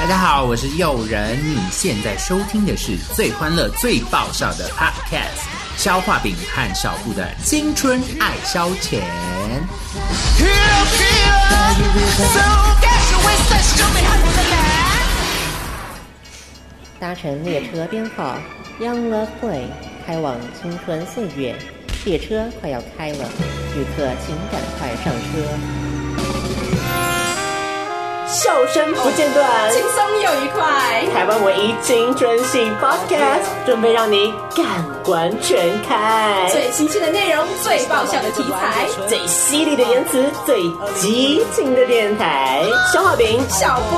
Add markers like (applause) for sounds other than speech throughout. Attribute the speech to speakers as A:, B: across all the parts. A: 大家好，我是诱人，你现在收听的是最欢乐、最爆笑的 Podcast《消化饼和小布的青春爱消遣》。
B: 搭乘列车编号 Young Love Play 开往青春岁月，列车快要开了，旅客请赶快上车。
C: 笑声不间断，
D: 轻松又愉快，
C: 台湾唯一青春系 Podcast，准备让你感官全开。
D: 最新鲜的内容，最爆笑的题材，
C: 最犀利的言辞，最激情的电台，小画饼、
D: 小布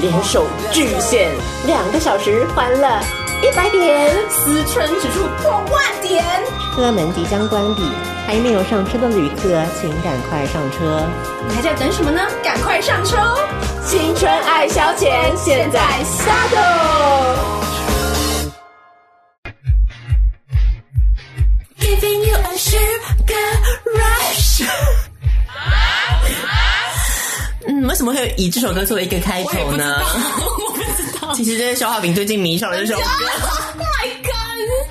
C: 联手巨献两个小时，欢乐一百点。
D: 思春指数破万点，
B: 车门即将关闭，还没有上车的旅客请赶快上车。
D: 你还在等什么呢？赶快上车哦！
C: 青春爱消遣，现在
D: 下头。
E: giving you a sugar rush。
F: 嗯，为什么会以这首歌作为一个开头呢？ (laughs) 其实这是肖化饼最近迷上了这首歌。
E: My God！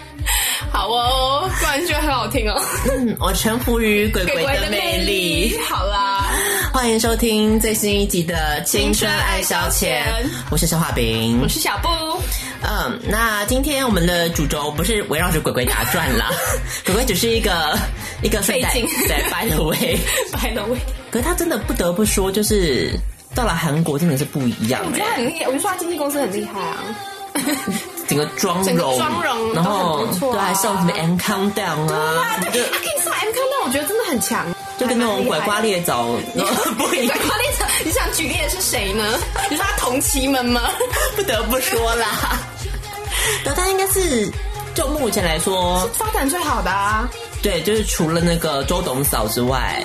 E: 好哦，突然觉得很好听哦。
F: 嗯，我臣服于鬼鬼的魅力。，
E: 好啦，
F: (laughs) 欢迎收听最新一集的《青春爱消遣》，我是肖化饼
E: 我。是小布。
F: 嗯，那今天我们的主轴不是围绕着鬼鬼打转 (laughs) 啦，鬼鬼只是一个一个顺带
E: 背景
F: 在 by the way。
E: By the way，
F: 可是他真的不得不说，就是到了韩国真的是不一样、
E: (laughs) 我觉得
F: 欸，
E: 很厉害，我啊就说他经纪公司很厉害 (laughs) 啊。
F: 整个妆
E: 整个
F: 容，
E: 妆容
F: 然
E: 都
F: 后
E: 很不错啊
F: 对，还上什么 M Countdown 啊，
E: 对，他可以上 M 康，但我觉得真的很强，
F: 就跟那种拐瓜
E: 瓜。
F: 裂枣
E: (laughs)
F: 不一
E: 鬼
F: 样，
E: 瓜裂枣，你想举例的是谁呢？ (laughs) 你是他同期们吗？ (laughs)
F: 不得不说 (laughs) 啦。然后他应该是就目前来说，
E: 发展最好的啊！
F: 对，就是除了那个周董嫂之外，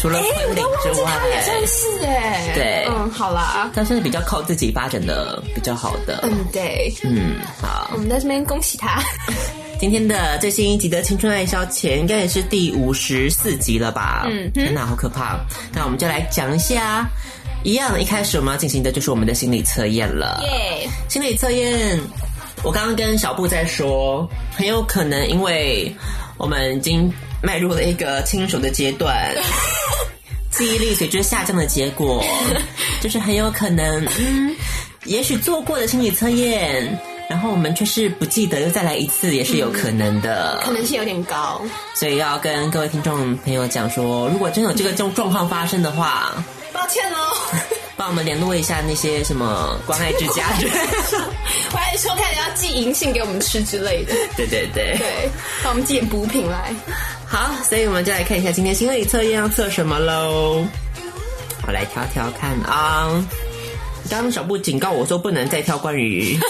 F: 除了
E: 哎、
F: 昆
E: 我
F: 凌
E: 都忘
F: 之
E: 记
F: 外
E: 他，也算是哎、
F: 对
E: 嗯，好啦，
F: 他算是比较靠自己发展的比较好的。
E: 嗯，对，
F: 嗯，好
E: 我，们在这边恭喜他。
F: 今天的最新一集的《青春爱消遣》应该也是第五十四集了吧？
E: 嗯哼
F: 天哪，好可怕！那我们就来讲一下，一样一开始我们要进行的就是我们的心理测验了。
E: 耶、
F: 心理测验，我刚刚跟小布在说，很有可能因为我们已经迈入了一个轻熟的阶
E: (laughs)
F: 段，记忆力随之下降的结果，就是很有可能，嗯，也许做过的心理测验。然后我们却是不记得，又再来一次也是有可能的，
E: (laughs) 嗯可能性有点高，
F: 所以要跟各位听众朋友讲说，如果真有这个这种状况发生的话，
E: 抱歉哦。 (laughs)
F: 帮我们联络一下那些什么关爱之家之类
E: (laughs)
F: 的，
E: 我还说看要寄银杏给我们吃之类的，
F: 对对对，
E: 对，让我们寄点补品来。
F: 好，所以我们就来看一下今天心理测验要测什么喽。我来挑挑看啊、刚刚小布警告我说不能再挑关于 (laughs)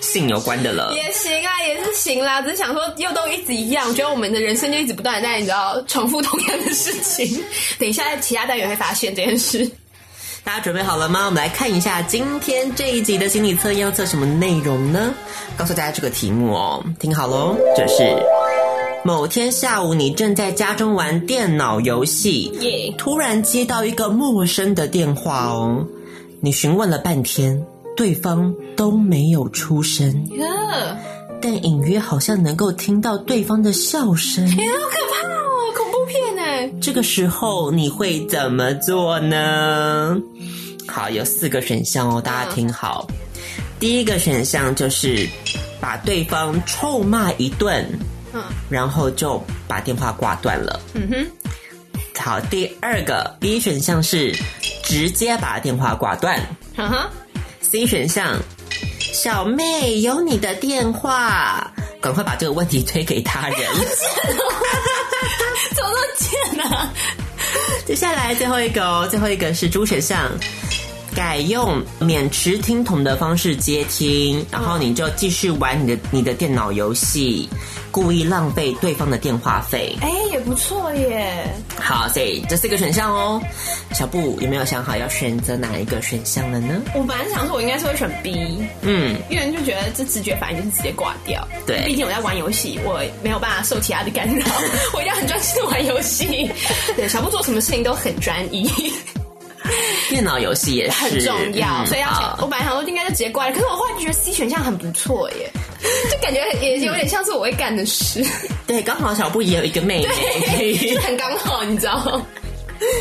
F: 性有关的了。
E: 也行啊，也是行啦，只是想说又都一直一样，我觉得我们的人生就一直不断的在你知道重复同样的事情。 (laughs) 等一下其他单元会发现这件事。
F: 大家准备好了吗？我们来看一下今天这一集的心理测验要测什么内容呢？告诉大家这个题目哦，听好喽，这是某天下午你正在家中玩电脑游戏，
E: 耶
F: 突然接到一个陌生的电话哦，你询问了半天，对方都没有出声，
E: 耶，好
F: 但隐约好像能够听到对方的笑声。
E: 可怕哦，恐怖片哎！
F: 这个时候你会怎么做呢？好，有四个选项哦，大家听好。
E: 嗯
F: 第一个选项就是把对方臭骂一顿，
E: 嗯
F: 然后就把电话挂断了。
E: 嗯哼，
F: 好，第二个，第一选项是直接把电话挂断。
E: 嗯哼，
F: C 选项，小妹有你的电话，赶快把这个问题推给他
E: (laughs)
F: 人。
E: 怎么那么贱呢、啊？
F: 接下来最后一个哦，最后一个是猪选项，改用免持听筒的方式接听，然后你就继续玩你的你的电脑游戏，故意浪费对方的电话费。
E: 哎、也不错耶。
F: 好，所以这四个选项哦，小布有没有想好要选择哪一个选项了呢？
E: 我本来想说，我应该是会选 B，
F: 嗯，
E: 因为就觉得这直觉反应就是直接挂掉。
F: 对
E: 毕竟我在玩游戏，我没有办法受其他的干扰， (laughs) 我 (laughs) 一定要很专心地玩游戏。对，小布做什么事情都很专一。
F: 电脑游戏也是
E: 很重要，
F: 嗯
E: 所以要选。
F: 好
E: 我本来想说应该就直接挂了，可是我后来觉得 C 选项很不错耶，就感觉也有点像是我会干
F: (laughs)
E: 的事，
F: 对，刚好小布也有一个妹妹，
E: (laughs)
F: 可以
E: 就很刚好，你知道吗？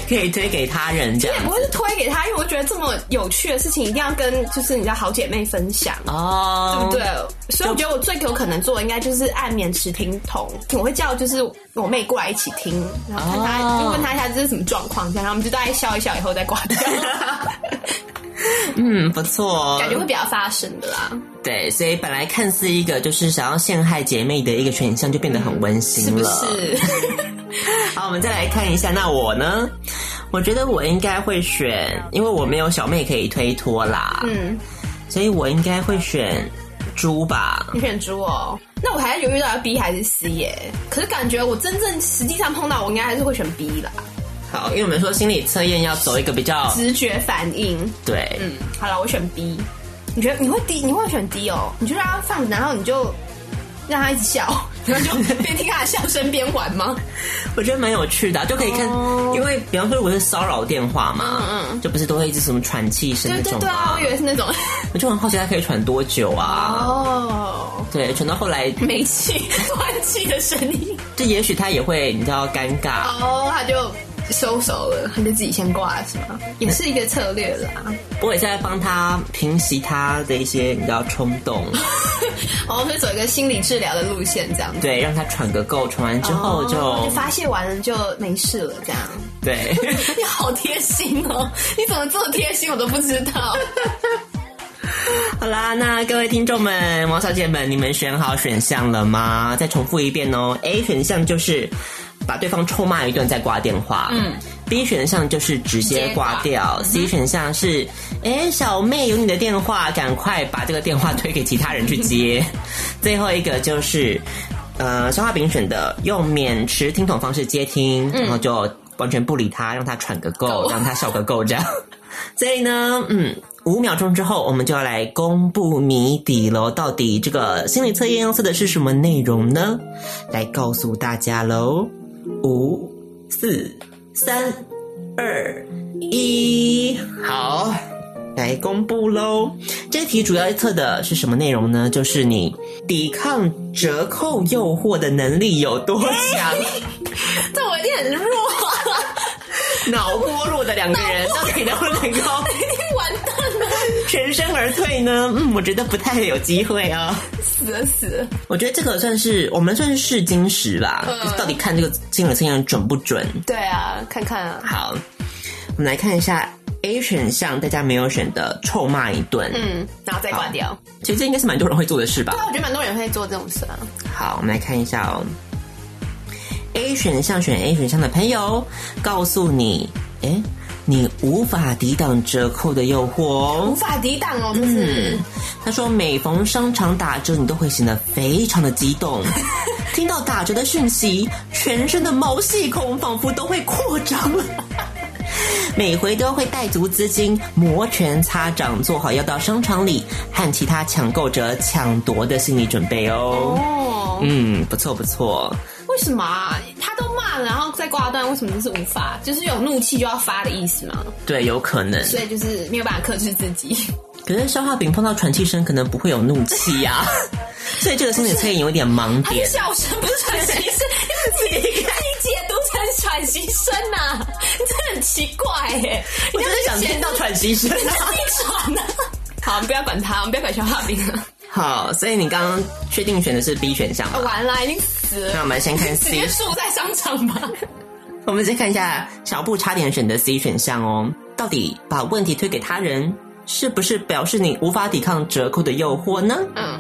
F: 可以推给他人这
E: 我也
F: 样
E: 不
F: 子。
E: 会是推给他，因为我觉得这么有趣的事情一定要跟就是你知道好姐妹分享。啊
F: 哦，
E: (laughs) 对，所以我觉得我最有可能做的应该就是按眠池听筒，我会叫就是我妹过来一起听，然后看她、
F: 哦
E: 就问她一下这是什么状况，这样，然后我们就大概笑一笑以后再
F: (laughs)
E: 挂掉，
F: 嗯，不错，
E: 感觉会比较发生的啦，
F: 对，所以本来看似一个就是想要陷害姐妹的一个选项，就变得很温
E: 嗯是
F: 馨
E: 不
F: 了。
E: 是？
F: (laughs) 好，我们再来看一下，那我呢？我觉得我应该会选，因为我没有小妹可以推脱啦，
E: 嗯，
F: 所以我应该会选猪吧。
E: 你选猪哦，那我还在犹豫到底要 B 还是 C 耶、可是感觉我真正实际上碰到，我应该还是会选 B 啦，
F: 好，因为我们说心理测验要走一个比较
E: 直觉反应。
F: 对，
E: 嗯，好了，我选 B。你觉得你会 D？你会选 D 哦？你就让他放着，然后你就让他一直笑，然后就边听他的笑声边玩吗？
F: 我觉得蛮有趣的啊、就可以看，因为比方说如果是骚扰电话嘛，
E: 哦嗯
F: 就不是都会一直什么喘气声
E: 对
F: 那
E: 对
F: 种
E: 对啊，
F: 吗
E: 我以？为是那种
F: 我就很好奇它可以喘多久啊？
E: (laughs) 哦，
F: 对，喘到后来，
E: 煤气 (laughs) 换气的声音
F: 这也许他也会你知道尴尬。
E: 哦，他就收手了，他就自己先挂了是吗？也是一个策略啦。
F: 我也在帮他平息他的一些你知道冲动，
E: 哦，所以走一个心理治疗的路线这样子。
F: 对，让他喘个够，喘完之后就、
E: 哦发泄完了就没事了，这样。 (laughs)
F: 对。
E: 你好贴心哦！你怎么这么贴心，我都不知道。
F: 好啦，那各位听众们、王小姐们，你们选好选项了吗？再重复一遍哦。A 选项就是把对方臭骂一顿再挂电话，嗯。B 选项就是直接挂嗯掉，C 选项是，哎、小妹有你的电话，赶快把这个电话推给其他人去 (laughs) 接。最后一个就是，呃，消化饼选的用免持听筒方式接听，然后就完全不理他，让他喘个嗯够，让他笑个够这样。所以呢，嗯，五秒钟之后，我们就要来公布谜底喽。到底这个心理测验要测的是什么内容呢？来告诉大家喽。五、四、三、二、一，好，来公布喽。这题主要测的是什么内容呢？就是你抵抗折扣诱惑的能力有多强。
E: 这我一定很弱， (laughs)
F: 脑波弱的两个人到底能不能够？
E: 一定完蛋了，
F: 全身而退呢？嗯，我觉得不太有机会啊。
E: 死了死了。
F: 我觉得这个算是我们算是试金石啦，
E: 嗯
F: 就是到底看这个金额测验准不准。
E: 对啊，看看啊，
F: 好，我们来看一下 A 选项，大家没有选的臭骂一顿。嗯，
E: 嗯，然后再挂掉。
F: 其实这应该是蛮多人会做的事吧
E: 对。啊，我觉得蛮多人会做这种事啊。
F: 好，我们来看一下哦。A 选项选 A 选项的朋友，告诉你，哎，你无法抵挡折扣的诱惑哦。
E: 无法抵挡哦，就是、
F: 嗯他说每逢商场打折，你都会显得非常的激
E: (laughs)
F: 动，听到打折的讯息，全身的毛细孔仿佛都会扩张了。每回都会带足资金，摩拳擦掌，做好要到商场里和其他抢购者抢夺的心理准备哦。
E: 哦，
F: 嗯，不错不错，
E: 为什么啊？他都骂了，然后再挂断，为什么就是无法？就是有怒气就要发的意思嘛，
F: 对，有可能。
E: 所以就是没有办法克制自己。
F: 可是消化饼碰到喘气声，可能不会有怒气
E: (laughs)
F: 呀、所以这个心理测验有点盲
E: 他是
F: 点。
E: 笑声，不是喘息声，自己自己解读成喘息声呐、啊，你真的很奇怪欸耶、
F: 我
E: 你
F: 真
E: 要
F: 的
E: 是
F: 想
E: 解
F: 听到喘息声、
E: 你自己喘啊！好，我们不要管他，我们不要管小画饼了。
F: 好，所以你刚刚确定选的是 B 选项吗？
E: 完了，已经死
F: 那
E: 了，
F: 我们先看
E: 直
F: C，
E: 接住在商场吧。
F: 我们先看一下小布差点选的 C 选项哦，到底把问题推给他人，是不是表示你无法抵抗折扣的诱惑呢？
E: 嗯，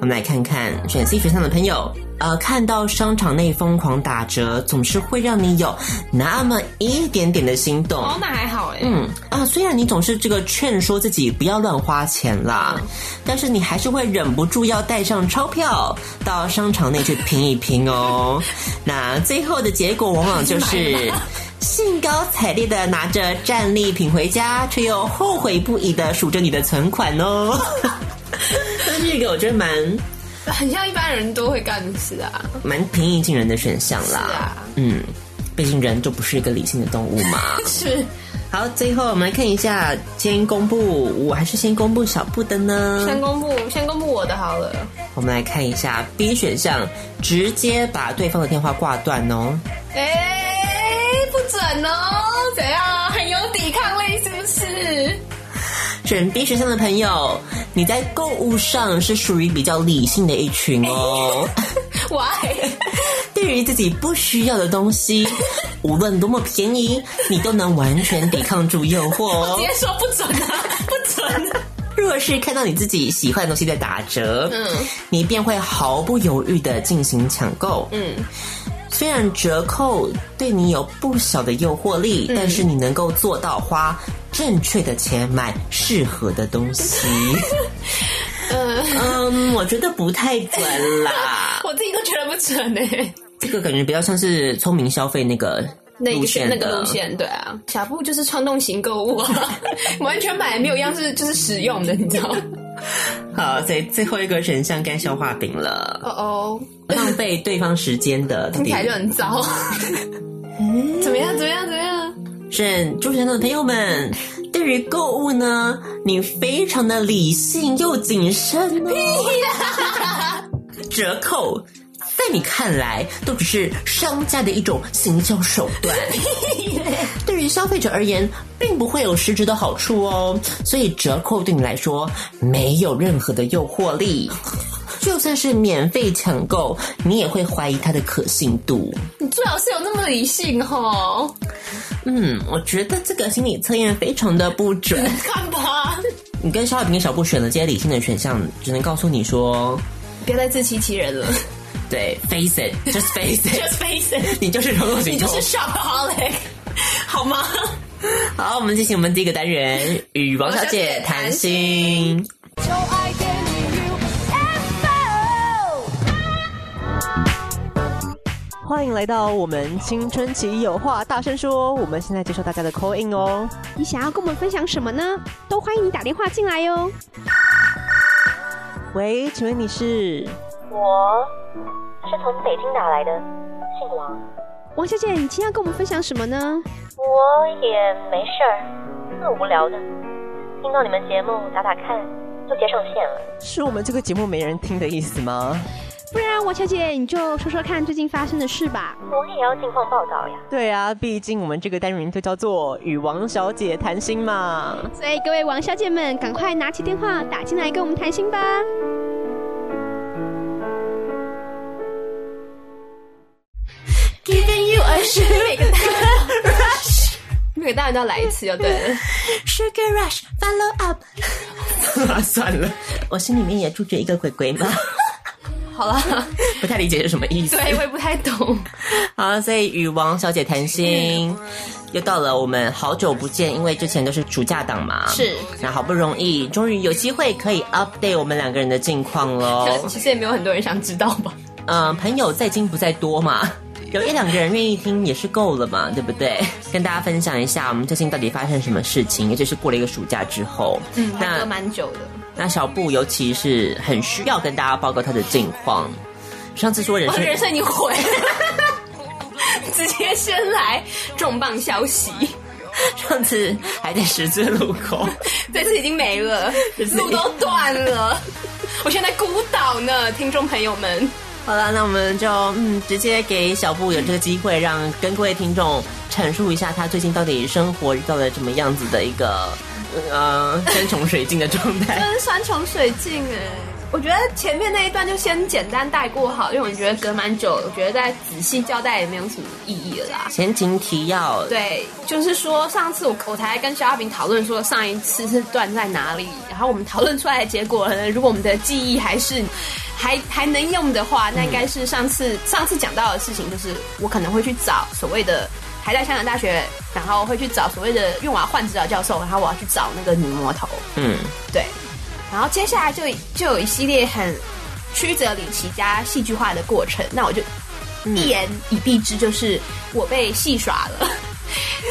F: 我们来看看选 C 选项的朋友，呃，看到商场内疯狂打折，总是会让你有那么一点点的心动。
E: 哦，那还好哎、
F: 嗯啊，虽然你总是这个劝说自己不要乱花钱啦，但是你还是会忍不住要带上钞票到商场内去拼一拼哦。那最后的结果往往就是。兴高采烈的拿着战利品回家，却又后悔不已的数着你的存款哦。但是这个我觉得蛮
E: 很像一般人都会干的事啊。
F: 蛮平易近人的选项啦。
E: 啊
F: 嗯，毕竟人就不是一个理性的动物嘛。
E: 是，
F: 好，最后我们来看一下，先公布我还是先公布小布的呢？
E: 先公布，先公布我的好了。
F: 我们来看一下 B 选项，直接把对方的电话挂断哦。
E: 哎、不准哦，怎样？很有抵抗力是不是？
F: 选 B 选项的朋友，你在购物上是属于比较理性的一群
E: (laughs)
F: 哦。
E: 喂，
F: 对于自己不需要的东西，无论多么便宜，你都能完全抵抗住诱惑
E: 直
F: 哦。
E: 接说不准啊，不准、啊。
F: 若是看到你自己喜欢的东西在打折，
E: 嗯
F: 你便会毫不犹豫的进行抢购。
E: 嗯，，
F: 虽然折扣对你有不小的诱惑力，但是你能够做到花正确的钱买适合的东西。嗯，我觉得不太准啦
E: 啊 (laughs)
F: (laughs)
E: 我自己都觉得不准欸呢、
F: 这个感觉比较像是聪明消费那个
E: 那
F: 路
E: 个
F: 线
E: 那个
F: 的
E: 路线，对啊，小布就是冲动型购物啊， (laughs) 完全买没有一样是就是实用的，你知道吗？
F: 好，所以最后一个选项该消化饼了，
E: 哦哦，
F: 浪费对方时间的，
E: 听起来就很糟。 (laughs) 怎么样？怎么样？怎么样？
F: 是主持人的朋友们，对于购物呢，你非常的理性又谨慎哦。折扣在你看来都只是商家的一种行销手段，对于消费者而言，并不会有实质的好处哦。所以折扣对你来说没有任何的诱惑力。就算是免费抢购，你也会怀疑它的可信度。
E: 你最好是有那么理性哦，
F: 嗯，我觉得这个心理测验非常的不准。
E: 看吧，
F: 你跟肖小平跟小布选了这些理性的选项，只能告诉你说，
E: 不要再自欺欺人了。
F: 对，face (laughs) it，just face it，
E: Just face it，
F: (laughs) 你就是冲动
E: 你
F: 型
E: 就
F: 购
E: (laughs) 是
F: 物。
E: shopaholic，好吗？
F: (laughs) 好，我们进行我们第一个单元，与王小姐谈心。
G: 就爱给你 UFO。
H: 欢迎来到我们青春期有话大声说，我们现在接受大家的 call in 哦。
I: 你想要跟我们分享什么呢？都欢迎你打电话进来哟。
H: 喂，请问你是？
J: 我哦是从北京打来的，啊姓王。
I: 王小姐，你今天要跟我们分享什么呢？
J: 我也没事儿，很无聊的，听到你们节目打打看，就接上线了。
H: 是我们这个节目没人听的意思吗？
I: 不然王小姐你就说说看最近发生的事吧。
J: 我也要近况报道呀。
H: 对啊，毕竟我们这个单元就叫做与王小姐谈
F: (laughs)
H: 心嘛。
I: 所以各位王小姐们，赶快拿起电话打进来跟我们谈心吧。
E: Giving you a (laughs) shot，每个大 rush，每个大人都要来一次就对了。
F: Sugar Rush Follow Up。算 (laughs) 了，我心里面也住着一个鬼鬼嘛，
E: 好 (laughs) 啦，
F: (laughs) 不太理解是什么意思。
E: 对，我也不太懂。
F: (laughs) 好，所以与王小姐谈心，又到了我们好久不见，因为之前都是暑假档嘛，
E: 是，
F: 那好不容易终于有机会可以 update 我们两个人的近况 (laughs) 喽。
E: 其实也没有很多人想知道吧。
F: 嗯，朋友在精不在多嘛，有一两个人愿意听也是够了嘛，对不对？跟大家分享一下我们最近到底发生什么事情，尤其是过了一个暑假之后，嗯
E: 隔
F: 那
E: 蛮久的。
F: 那小布尤其是很需要跟大家报告他的近况。上次说人
E: 我
F: 生
E: 的人生已经毁了，直接先来重磅消息，
F: (laughs) 上次还在十字路口，
E: 这次已经没了，路都断了，我现在孤岛呢，听众朋友们，
F: 好了，那我们就嗯，直接给小布有这个机会，让跟各位听众阐述一下他最近到底生活遇到了什么样子的一个呃山穷水尽的状态。
E: (laughs) 真是山穷水尽哎。我觉得前面那一段就先简单带过好，因为我觉得隔蛮久，我觉得再仔细交代也没有什么意义了啦。
F: 前情提要，
E: 对，就是说上次我我才跟肖亚平讨论说上一次是断在哪里，然后我们讨论出来的结果呢，如果我们的记忆还是还还能用的话，那应该是上次、上次讲到的事情，就是我可能会去找所谓的。还在香港大学，然后会去找所谓的，因为我要换指导教授，然后我要去找那个女魔头，
F: 嗯，
E: 对。然后接下来就就有一系列很曲折离奇加戏剧化的过程，那我就一言以蔽之， (laughs) 就是我被戏耍了，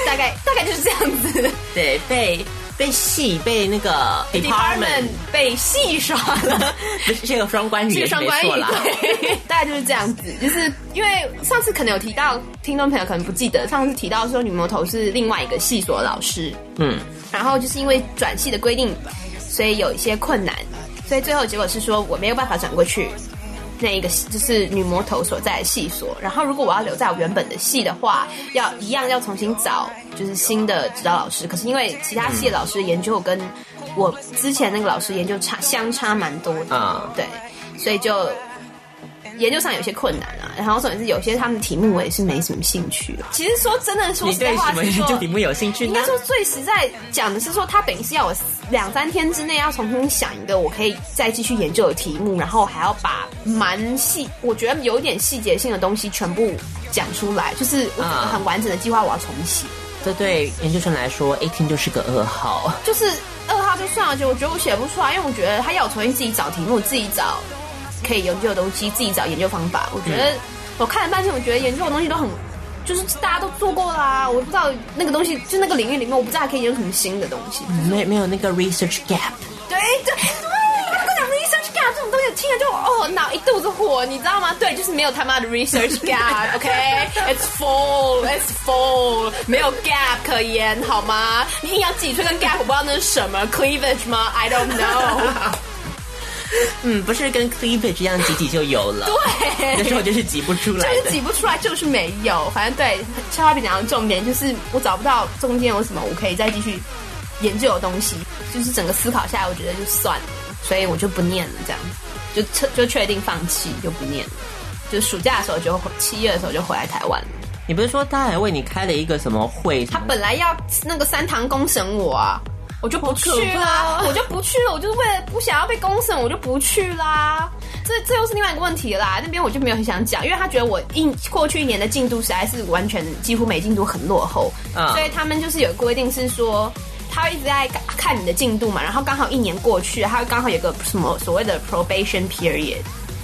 E: 大概大概就是这样子。
F: 对，被被戏被那个
E: department
F: department
E: 被戏耍了，
F: 不是这个双关语，
E: 这个双关
F: 没
E: 语
F: 错啦。
E: 对， (laughs) 大概就是这样子。就是因为上次可能有提到，听众朋友可能不记得，上次提到说女魔头是另外一个系所老师，
F: 嗯，
E: 然后就是因为转系的规定，所以有一些困难，所以最后结果是说我没有办法转过去那一个系就是女魔头所在的系所。然后如果我要留在我原本的系的话，要一样要重新找就是新的指导老师。可是因为其他系的老师研究跟我之前那个老师研究差相差蛮多的，
F: 啊
E: 对，所以就。研究上有些困难啊，然后重点是有些他们的题目我也是没什么兴趣、啊。其实说真的，说
F: 你 (laughs)
E: 实
F: 对
E: 话
F: 什么
E: 是说
F: 研究题目有兴趣
E: 应
F: 呢
E: 该？说最实在讲的是说，他等于是要我两三天之内要重新想一个我可以再继续研究的题目，然后还要把蛮细，我觉得有一点细节性的东西全部讲出来，就是我整个
F: 嗯
E: 很完整的计划我要重写。
F: 这对研究生来说一听就是个噩 (laughs) 耗。
E: 就是二号就算了，就我觉得我写不出来，因为我觉得他要我重新自己找题目，自己找可以研究的东西，自己找研究方法。我觉得、我看了半天，我觉得研究的东西都很，就是大家都做过啦、我不知道那个东西，就那个领域里面，我不知道还可以研究什么新的东西。
F: 没没有那个 research gap，
E: 对对对，他跟我讲 research gap 这种东西，听了就哦脑一肚子火，你知道吗？对，就是没有他妈的 research gap，OK，it's、full，it's full，没有 gap 可言，好吗？你硬要自己吹跟 gap，我不知道那是什么 cleavage 吗？I don't know。
F: 嗯，不是跟 cleavage 一样挤挤就有 (laughs) 了。
E: 对
F: 有时候就是挤不出来
E: 就是
F: 的。
E: 挤不出来，就是没有。反正对，消化饼讲的重点就是我找不到中间有什么我可以再继续研究的东西，就是整个思考下来，我觉得就算了，所以我就不念了，这样就彻就确定放弃，就不念了。就暑假的时候就回七月的时候就回来台湾了。
F: 你不是说他还为你开了一个什么会什
E: 他
F: 么？
E: 本来要那个三堂公审我啊，我就不去
F: 好可
E: 啦，
F: 怕
E: 我就不去了，我就是为了不想要被公审，我就不去啦。这这又是另外一个问题啦，那边我就没有很想讲，因为他觉得我一过去一年的进度实在是完全几乎没进度，很落后，
F: 嗯
E: 所以他们就是有规定是说。他会一直在看你的进度嘛，然后刚好一年过去，他会刚好有个什么所谓的 probation period，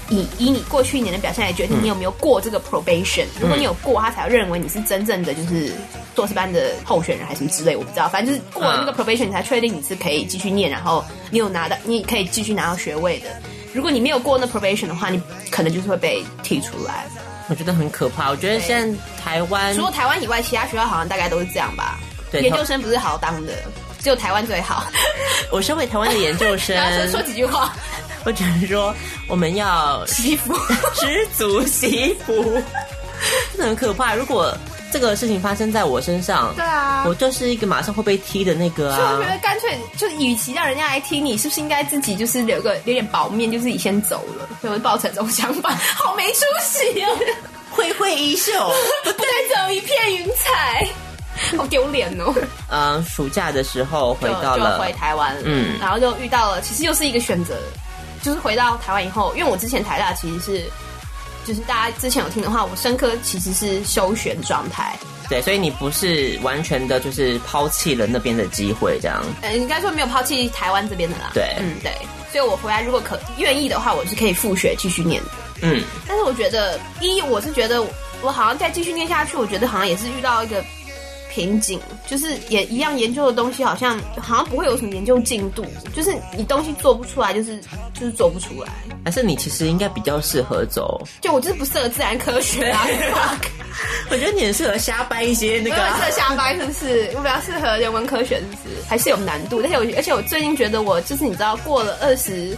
E: 以以你过去一年的表现来决定你有没有过这个 probation。如果你有过，他才认为你是真正的就是硕士班的候选人还是什么之类，我不知道。反正就是过了那个 probation，你才确定你是可以继续念，然后你有拿到，你可以继续拿到学位的。如果你没有过那 probation 的话，你可能就是会被剔出来。
F: 我觉得很可怕。我觉得现在台湾
E: 除了台湾以外，其他学校好像大概都是这样吧。
F: 嗯对
E: 研究生不是好当的，只有台湾最好。
F: 我身为台湾的研究 (laughs) 生，
E: (laughs) 然后说说几句话，
F: 我只能说我们要
E: 西服。
F: (laughs) 知足惜 (laughs) 福，真的很可怕。如果这个事情发生在我身上，
E: 对啊
F: 我就是一个马上会被踢的那个
E: 所以我觉
F: 啊
E: 得。干脆就，与其让人家来听你，是不是应该自己就是留个留点薄面，就自己先走了？所以我就抱成这种想法，好没出息哦，
F: 挥挥衣 (laughs) 袖，
E: 不带走一片云彩，好丢脸哦！
F: 嗯，暑假的时候回
E: 就
F: 到了
E: 就回台湾，
F: 嗯
E: 嗯，然后就遇到了，其实又是一个选择，就是回到台湾以后，因为我之前台大其实是，就是大家之前有听的话，我生科其实是休学的状态，
F: 对，所以你不是完全的就是抛弃了那边的机会，这样
E: 呃，应该说没有抛弃台湾这边的啦。
F: 对
E: 嗯，对。所以我回来如果可愿意的话，我是可以复学继续念的。
F: 嗯，
E: 但是我觉得一，我是觉得我好像再继续念下去，我觉得好像也是遇到一个瓶颈，就是也一样研究的东西，好像好像不会有什么研究进度，就是你东西做不出来，就是就是做不出来。
F: 还是你其实应该比较适合走。
E: 就我就是不适合自然科学
F: (laughs)
E: 啊，fuck，
F: 我觉得你很适合瞎掰一些那个
E: 我比较
F: 啊、
E: 适合瞎掰是不是？我比较适合人文科学是不是？还是有难度，而且我而且我最近觉得我就是你知道过了二十。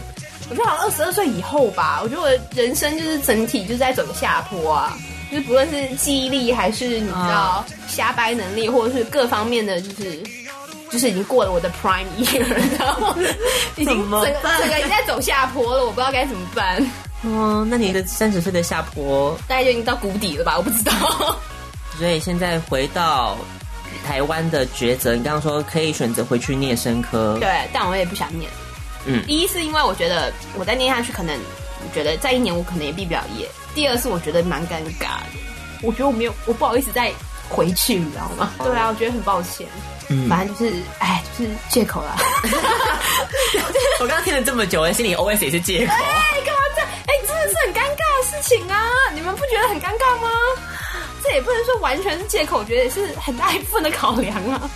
E: 我觉得好像二十二岁以后吧，我觉得我的人生就是整体就是在走下坡啊，就是不论是记忆力还是你知道瞎掰能力，或者是各方面的，就是就是已经过了我的 prime year，然后
F: 怎
E: 已经整
F: 么
E: 个
F: 办
E: 整个已经在走下坡了，我不知道该怎么办，
F: 哦，那你的三十岁的下坡，
E: 大概就已经到谷底了吧，我不知道。
F: 所以现在回到台湾的抉择，你刚刚说可以选择回去念生科，
E: 对，但我也不想念。
F: 嗯
E: 第一是因为我觉得我再念下去，可能我觉得在一年我可能也毕不了业。第二是我觉得蛮尴尬的，我觉得我没有，我不好意思再回去，你知道吗？对啊，我觉得很抱歉。
F: 嗯
E: 反正就是，哎，就是借
F: (laughs)
E: 口啦。 (laughs)
F: 我刚刚听了这么久，心里 OS 也是借口。
E: 哎，干嘛这样？哎，真的是很尴尬的事情啊！你们不觉得很尴尬吗？这也不能说完全是借口，我觉得也是很大一部分的考量啊。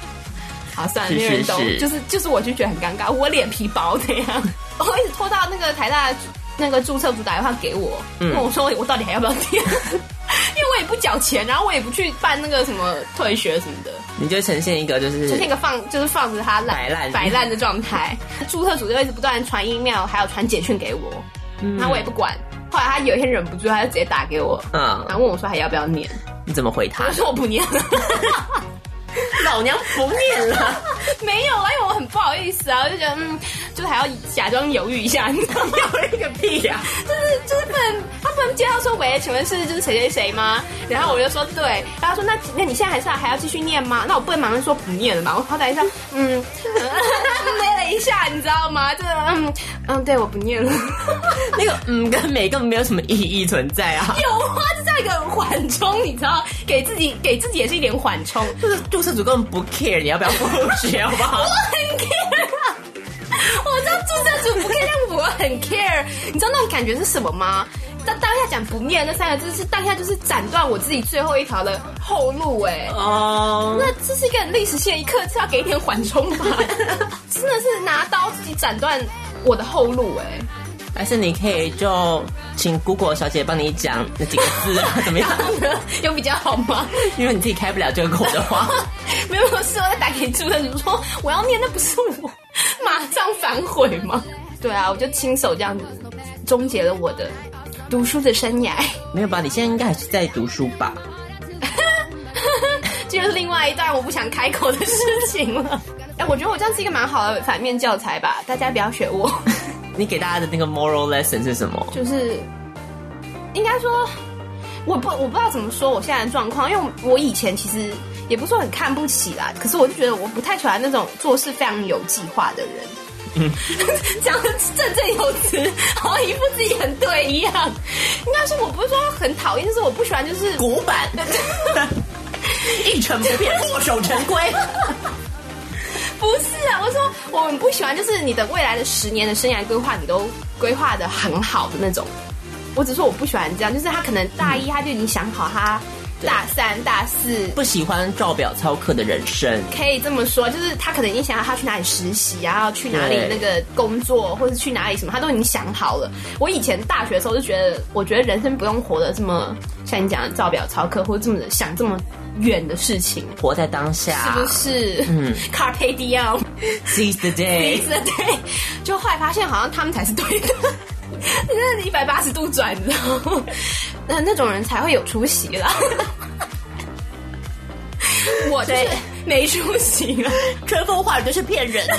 E: 好，算了，
F: 是
E: 没有人
F: 是
E: 懂，
F: 是
E: 就是就是我就觉得很尴尬，我脸皮薄的呀，我一直拖到那个台大那个注册组打电话给我，
F: 嗯
E: 问我说我到底还要不要填， (laughs) 因为我也不缴钱，然后我也不去办那个什么退学什么的，
F: (laughs) 你就呈现一个就是
E: 就那个放就是放着它烂
F: 摆烂
E: 摆烂的状态。 (laughs) 注册组就一直不断传 email，还有传简讯给我，那我也不管。后来他有一天忍不住，他就直接打给我，
F: 嗯
E: 然后问我说还要不要念，
F: 你怎么回他
E: 我？说我不念了，
F: 老娘不念了，
E: 没有啊，因为我很不好意思啊，我就觉得嗯，就是还要假装犹豫一下，你知道吗？
F: 要一个屁呀、
E: 就是就是不能，他不能接到说喂，请问是就是谁谁谁吗？然后我就说对，然后他说那那你现在还是要还要继续念吗？那我不能马上说不念了嘛，我好歹一下，嗯，勒了一下，你知道吗？就是嗯嗯，对，我不念了。
F: (laughs) 那个嗯跟美根本没有什么意义存在啊。 (laughs)
E: 有啊，就这样一个缓冲，你知道，给自己给自己也是一点缓冲。
F: 就是注册组根本不 care 你要不要复学，好不好？
E: 很 care 啊。我知道注册组不 care，但我很 care。你知道那种感觉是什么吗？当当下讲不念那三个字，是当下就是斩断我自己最后一条的后路、哎，
F: (laughs) 哦，
E: 那这是一个很历史性的一刻，是要给一点缓冲吧？ (laughs) 真的是拿刀自己斩断我的后路、哎。 (laughs)
F: 还是你可以就请 Google 小姐帮你讲那几个字啊，怎么 (laughs) 样？
E: 有比较好吗？
F: 因为你自己开不了这个口的 (laughs) 话，
E: (laughs) 没有，是我在打给朱任主说我要念，那不是我，马上反悔吗？对啊，我就亲手这样子终结了我的读书的生涯。 (laughs)
F: 没有吧？你现在应该还是在读书吧？
E: 这就是另外一段我不想开口的事情了。哎，我觉得我这样是一个蛮好的反面教材吧，大家不要学我。
F: 你给大家的那个 moral lesson 是什么？
E: 就是应该说，我不我不知道怎么说我现在的状况，因为我以前其实也不是说很看不起啦，可是我就觉得我不太喜欢那种做事非常有计划的人。嗯， (laughs) 讲得振振有词，好像一副自己很对一样。应该说我不是说很讨厌，就是我不喜欢就是
F: 古
E: (laughs)
F: 板，一成不 (laughs) 变，墨守成规。
E: 不是啊，我说我很不喜欢，就是你的未来的十年的生涯规划，你都规划的很好的那种。我只说我不喜欢这样，就是他可能大一他就已经想好他大三、大四。
F: 不喜欢照表操课的人生。
E: 可以这么说，就是他可能已经想好他去哪里实习啊，要去哪里
F: 对
E: 那个工作，或者去哪里什么，他都已经想好了。我以前大学的时候就觉得，我觉得人生不用活得这么像你讲的照表操课，或者这么想这么远的事情，
F: 活在当下
E: 是不是？
F: 嗯
E: 嗯，Carpe (laughs) diem。
F: ，seize the
E: (laughs) 第
F: day
E: 一次。对，就后来发现好像他们才是对的，那是一百八十度转，你知道吗？那那种人才会有出息 (laughs) 啦。我就是没出息了，
F: 春风化雨都是骗人的。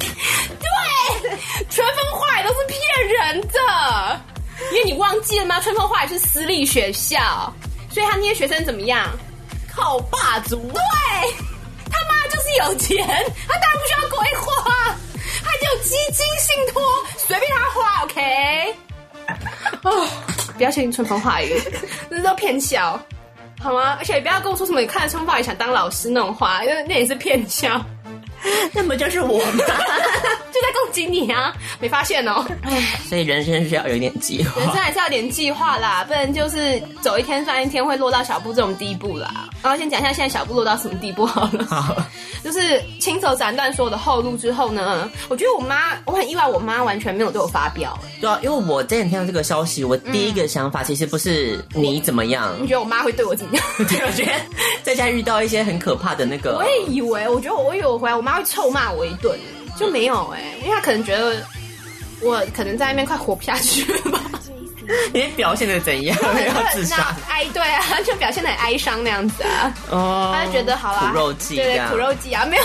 E: 对，春风化雨都是骗人的，因为你忘记了吗？春风化雨是私立学校，所以他那些学生怎么样？靠霸主，对，他妈就是有钱，他当然不需要规划啊，他就有基金信托，随便他花，OK？哦，不要相信春风化雨， (laughs) 那都骗笑，好吗？而且不要跟我说什么你看了春风化雨想当老师那种话，因为那也是骗 (laughs) 笑。
F: 那不就是我吗？
E: (laughs) 就在攻击你啊！没发现哦，
F: 所以人生是要有一点计
E: 人生
F: 划。
E: 还是要有点计划啦，不然就是走一天算一天，会落到小布这种地步啦。然后先讲一下现在小布落到什么地步好了，
F: 好，
E: (laughs) 就是亲手斩断所有的后路之后呢，我觉得我妈，我很意外，我妈完全没有对我发表。
F: (laughs) 对啊，因为我之前听到这个消息，我第一个想法其实不是你怎么样，
E: 你觉得我妈会对我怎么
F: (laughs)
E: 样？
F: 对，我觉得在家遇到一些很可怕的那个
E: 我，也以为，我觉得我以为我回来，我妈会臭骂我一顿，就没有哎、因为她可能觉得我可能在那边快活不下去了吧。
F: 你表现的怎 (laughs) 样？要自杀
E: (laughs) 那哀对啊，就表现的很哀伤那样子啊。
F: 哦
E: 他就觉得好啦，
F: 苦肉计
E: 对
F: 这
E: 对，
F: 样
E: 苦肉计啊，没有，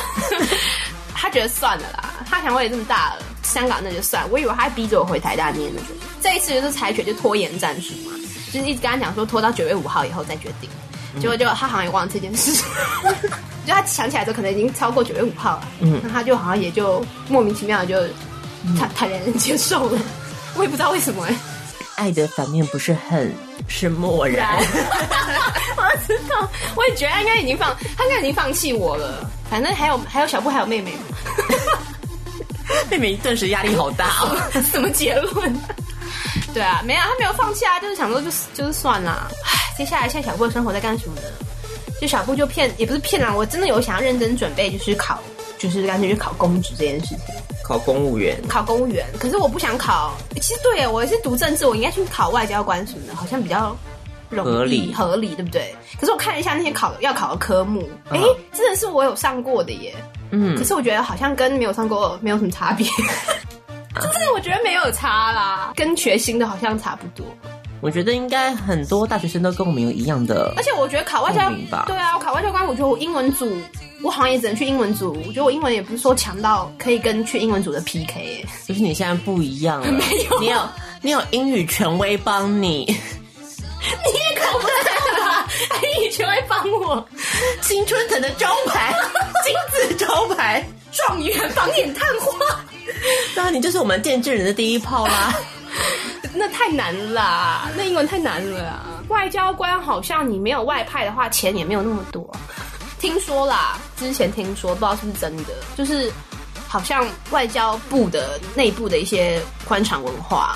F: (laughs)
E: 他觉得算了啦，他想我也这么大了，香港那就算，我以为他还逼着我回台大念那种，这一次就是采取就拖延战术嘛，就是一直跟他讲说拖到九月五号以后再决定，
F: 嗯
E: 结果就他好像也忘了这
F: (laughs)
E: 件事。就他想起来的时候，可能已经超过九月五号了。嗯，那他就好像也就莫名其妙地就
F: 嗯
E: 坦坦然地接受了，我也不知道为什么、欸。
F: 爱的反面不是恨，是漠然。
E: (laughs)
F: (laughs)
E: 我知道，我也觉得他应该已经放，他应该已经放弃我了。反正还有还有小布还有妹妹嘛，
F: 妹妹顿时压力好大 (laughs) 哦。
E: (laughs) 什么结论？对啊，没有，他没有放弃啊，就是想说就是就是算啦。唉接下来现在小布的生活在干什么呢？就小布就骗，也不是骗啦，我真的有想要认真准备，就是考，就是干脆去考公职这件事情，
F: 考公务员，
E: 考公务员。可是我不想考，其实对耶我是读政治，我应该去考外交官什么的，好像比较容易
F: 合理
E: 合理，对不对？可是我看了一下那些考要考的科目，哎、
F: 嗯
E: 真的是我有上过的耶。
F: 嗯
E: 可，是我觉得好像跟没有上过没有什么差
F: (laughs)
E: 别，就是我觉得没有差啦，跟学新的好像差不多。
F: 我觉得应该很多大学生都跟我们有一样的
E: 而且我觉得考外交
F: 共鸣吧，
E: 对啊，我考外交官，我觉得我英文组，我好像也只能去英文组。我觉得我英文也不是说强到可以跟去英文组的 PK 耶、
F: 就是你现在不一样 (laughs) 了，你有你有英语权威帮 (laughs) 你，
E: 你也考不哎上 (laughs) 啦，英语全会帮我，
F: 青春藤的招牌，金字招牌，
E: 状元榜眼探花，
F: 那啊你就是我们见证人的第一炮啦。
E: 那太难了啦，那英文太难了啊啦。外交官好像你没有外派的话，钱也没有那么多。听说啦，之前听说，不知道是不是真的，就是好像外交部的内部的一些官场文化，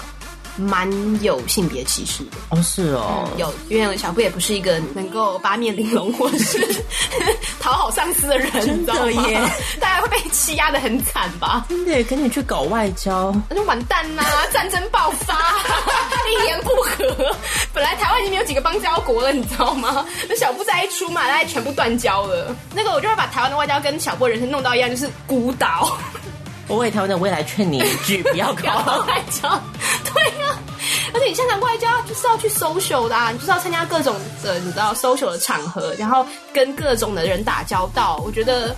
E: 蛮有性别歧视的。
F: (laughs) 哦，是哦，
E: 有，因为小布也不是一个能够八面玲珑或是 (laughs) 讨好上司的人，你知道
F: 真
E: 吗
F: 的耶？
E: (laughs) 大家会被欺压的很惨吧？
F: 真的跟你去搞外交，
E: 那就完蛋啦、战争爆发， (laughs) 一言不合，本来台湾已经没有几个邦交国了，你知道吗？那小布再一出马，大家全部断交了。那个我就会把台湾的外交跟小布的人生弄到一样，就是孤岛。
F: 我为台湾的未来劝你一句，不要
E: 不要
F: 搞
E: 当。外交，对啊。而且你现场外交就是要去 social 的啊，你就是要参加各种的，你知道 social 的场合，然后跟各种的人打交道。我觉得，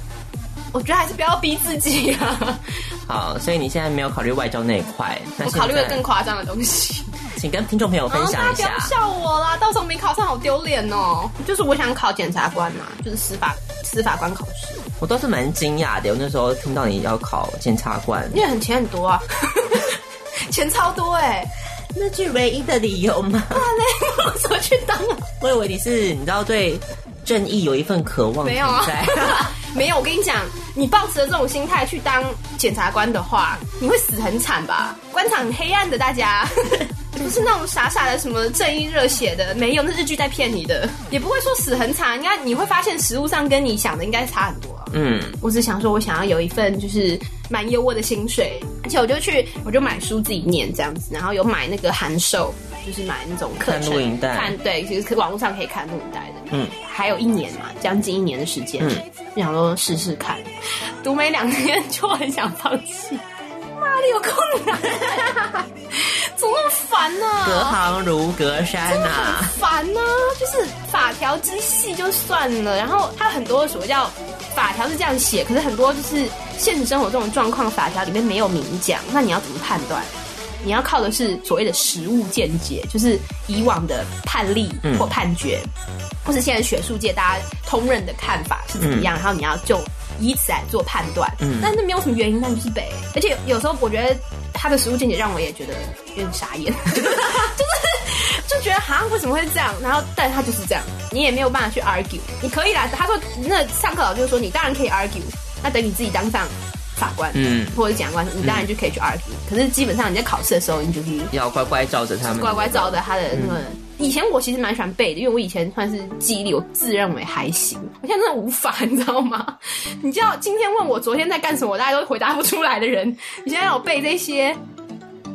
E: 我觉得还是不要逼自己
F: (laughs)
E: 啊。
F: (laughs) 好，所以你现在没有考虑外交那一块，那
E: 我
F: 现在
E: 考虑了更夸张的东西。哦
F: 请跟听众朋友分享
E: 大
F: 一
E: 家不
F: 下
E: 要。笑我啦，到时候没考上好丢脸哦。就是我想考检察官嘛、就是司法司法官考试，
F: 我倒是蛮惊讶的，我那时候听到你要考检察官，
E: 因为很钱很
F: (laughs)
E: 多啊，钱超多哎、
F: 那是唯一的理由吗？
E: 那我怎么去当啊？
F: (laughs) 我以为你是你知道对正义有一份渴望
E: 没
F: 存
E: 有啊
F: 在，
E: (laughs)
F: (laughs)
E: 没有。我跟你讲，你抱持着这种心态去当检察官的话，你会死很惨吧？官场很黑暗的，大家不是那种傻傻的什么正义热血的，没有，那日剧在骗你的，也不会说死很惨。应该你会发现，实物上跟你想的应该差很多啊、
F: 嗯，
E: 我只想说，我想要有一份就是蛮优渥的薪水，而且我就去，我就买书自己念这样子，然后有买那个函授，就是买那种课程
F: 看录影带
E: 看对，其实可网络上可以看录影带的，
F: 嗯，
E: 还有一年嘛，将近一年的时间，
F: 嗯
E: 就想说试试看，读没两天就很想放弃，妈的有空难、啊， (laughs) 怎么那么烦呢、
F: 隔行如隔 (laughs) 山呐、啊。
E: 烦呢、就是法条之细就算了，然后它很多所谓叫法条是这样写，可是很多就是现实生活这种状况，法条里面没有明讲，那你要怎么判断？你要靠的是所谓的实物见解，就是以往的判例
F: 嗯
E: 或判决，或是现在学术界大家通认的看法是怎么样，然后你要就以此来做判断。
F: 嗯
E: 但是没有什么原因，但就是北。而且有时候我觉得他的实物见解让我也觉得有点傻
F: (laughs)
E: 眼，就是就觉得哈为什么会这样？然后但他就是这样，你也没有办法去 argue。你可以啦，他说那上课老师就说你当然可以 argue，那等你自己当上法官，
F: 嗯
E: 或者检察官，你当然就可以去 argue、可是基本上你在考试的时候，你就是
F: 要乖乖照着他们，
E: 乖乖照着他的那个。以前我其实蛮喜欢背的，因为我以前算是记忆力，我自认为还行。我现在真的无法，你知道吗？你知道今天问我昨天在干什么，我大概都回答不出来的人，你现在让我背这些，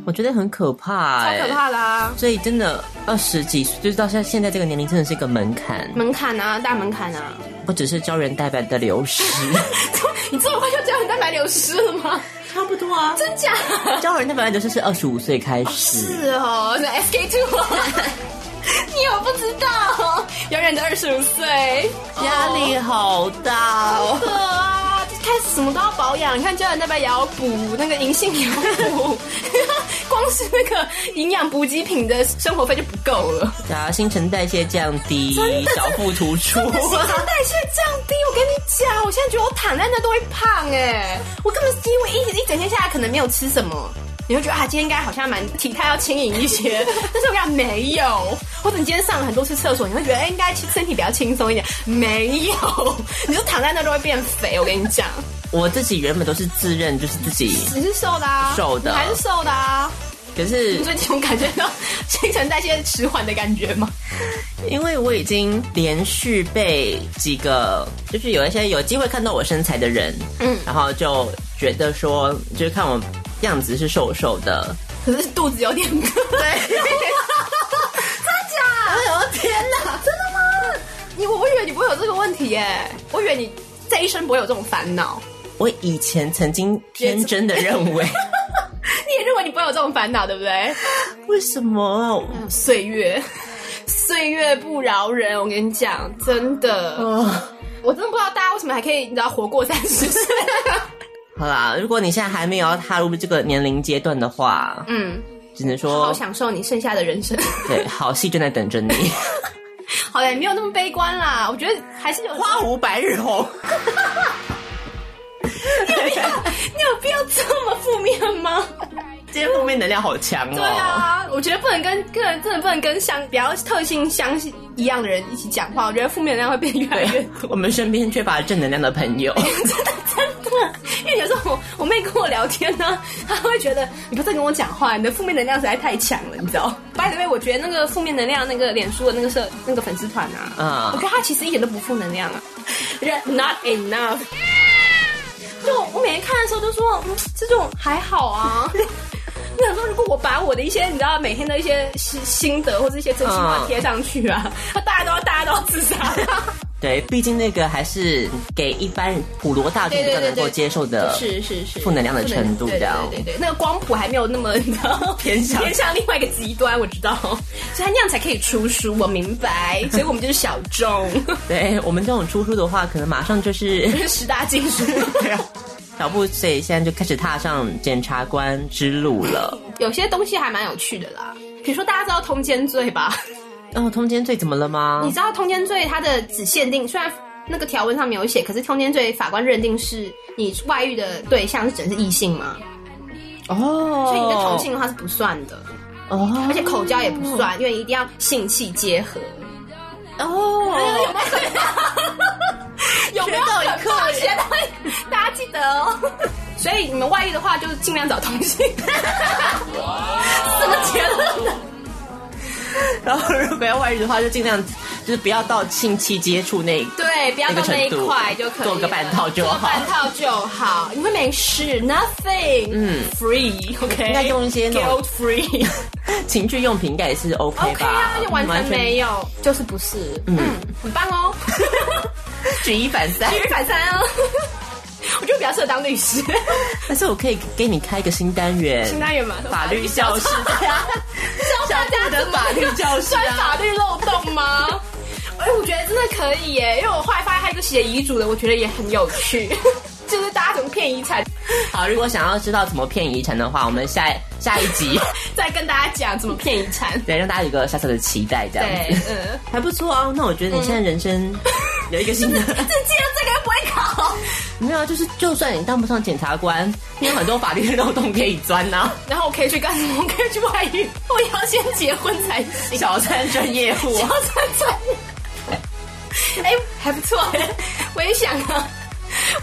F: 我觉得很可怕、
E: 超
F: 欸，
E: 可怕啦、
F: 所以真的二十几岁，就是到现现在这个年龄，真的是一个门槛，
E: 门槛啊，大门槛啊！
F: 不只是胶原蛋白的流
E: (laughs)
F: 失，
E: 你这么快就胶原蛋白流失了吗？
F: 差不多 (laughs) 啊。
E: 真假？
F: 胶原蛋白流失是二十五岁开始，
E: 是哦，那 SK two，你有不知道？哦永远的二十五岁，
F: 压力好大哦。
E: 对啊，开始什么都要保养，你看胶原蛋白也要补，那个银杏也要补， (laughs) 光是那个营养补给品的生活费就不够了。
F: 对啊，新陈代谢降
E: (laughs)
F: 低，小腹突出，
E: 新陈代谢降低，我跟你讲，我现在觉得我躺在那都会胖哎、我根本是因为一一整天下来可能没有吃什么。你会觉得啊，今天应该好像蛮体态要轻盈一些，但是我跟你讲没有，或者你今天上了很多次厕所，你会觉得哎、应该其实身体比较轻松一点，没有，你就躺在那都会变肥。我跟你讲，
F: 我自己原本都是自认就是自己，
E: 你是瘦的啊，
F: 瘦的
E: 你还是瘦的啊。
F: 可是
E: 你最近有感觉到新陈代谢迟缓的感觉吗？
F: 因为我已经连续被几个，就是有一些有机会看到我身材的人，
E: 嗯
F: 然后就觉得说，就是看我样子是瘦瘦的，
E: 可是肚子有点饿。 (laughs) 对，真假？哎呦天哪！真的吗？你我我以为你不会有这个问题耶，我以为你这一生不会有这种烦恼，
F: 我以前曾经天真的认
E: (laughs)
F: 为，
E: 你也认为你不会有这种烦恼，对不对？
F: 为什么
E: 岁月，岁月不饶人，我跟你讲，真的，我真的不知道大家为什么还可以，你知道活过三十岁。
F: 好啦，如果你现在还没有要踏入这个年龄阶段的话，
E: 嗯，
F: 只能
E: 好好
F: 说
E: 享受你剩下的人生。
F: 对，好戏正在等着你。
E: (laughs) 好哎嘞，没有那么悲观啦，我觉得还是有
F: 花无百日红，
E: (laughs) 你有必要这么负面吗？
F: 今天负面能量好强哦。
E: 对啊，我觉得不能跟个人真的不能跟相比较特性相一样的人一起讲话，我觉得负面能量会变越来越
F: 我们身边缺乏正能量的朋友，
E: 真的，因为有时候我我妹跟我聊天呢、她会觉得你不再跟我讲话，你的负面能量实在太强了，你知道？By the way，我觉得那个负面能量那个脸书的那个社那个粉丝团啊，
F: 嗯
E: 我觉得他其实一点都不负能量 (laughs) 啊，我觉得 not enough。就我我每天看的时候都说，嗯，这种还好 (laughs) 啊。我想说，如果我把我的一些你知道每天的一些心心得或者一些真心话
F: 嗯
E: 贴上去啊，那大家都要大家都要自杀。
F: 对，毕竟那个还是给一般普罗大众
E: 对
F: 比
E: 对
F: 较
E: 对
F: 能够
E: 对
F: 接受的，
E: 是是是
F: 负能量的程度这
E: 对对
F: 样
E: 对对对，那个光谱还没有那么你知道
F: 偏向
E: 偏向另外一个极端，我知道，所以他那样才可以出书，我明白，所以我们就是小众， (laughs)
F: 对我们这种出书的话，可能马上就是
E: 就是十大禁书。
F: 啊小布，所以现在就开始踏上检察官之路了。
E: 有些东西还蛮有趣的啦，比如说大家知道通奸罪吧？
F: 哦，通奸罪怎么了吗
E: 嗯你？知道通奸罪它的只限定，虽然那个条文上没有写，可是通奸罪法官认定是你外遇的对象是只能是异性嘛，
F: 哦，
E: 所以你跟同性的话是不算的，
F: 哦，
E: 而且口交也不算，因为一定要性器结合。
F: 哦，
E: 有没 (laughs) 有？有没有很科学的？大家记得哦。所以你们外遇的话，就尽量找同 (laughs) 性。什么结论呢？
F: (laughs) 然后如果要外遇的话，就尽量就是不要到性器接触那
E: 对，不要到那一块就可以了，
F: 做个半套就好
E: 做半套就好，你会没事，nothing，嗯，free，OK，
F: 应该用一些那
E: guilt
F: 种
E: free。
F: (laughs) 情趣用品，应该也是 OK 吧
E: OK 啊，而且完全没有，就是不是，嗯，很棒
F: (laughs)
E: 哦，
F: 举一反三
E: (laughs) 举。一反三哦，我觉得比较适合当
F: (laughs)
E: 律师，
F: 但是我可以给你开一个新单元，
E: 新单元嘛，
F: 法律教室，
E: 教大家
F: 的法律教师啊
E: 算法律漏洞吗？哎、我觉得真的可以耶，因为我后来发现还有一个写遗嘱的，我觉得也很有趣， (laughs) 就是大家怎么骗遗产，
F: 好，如果想要知道怎么骗遗产的话，我们下下一集
E: 再跟大家讲怎么骗遗产。
F: 对让大家有个小小的期待，这样
E: 对
F: (laughs) 子，
E: 嗯，
F: 还不错啊。那我觉得你现在人
E: (laughs)
F: 生有一个新的，
E: 这既然这个又不会考，
F: (laughs) 没有啊，就是就算你当不上检察官，你有很多法律的漏洞可以钻呐、啊。
E: (laughs) 然后我可以去干什么？我可以去外遇，我也要先结婚才行。
F: 小三专业户，
E: 小三专业，哎、还不错，我也想啊，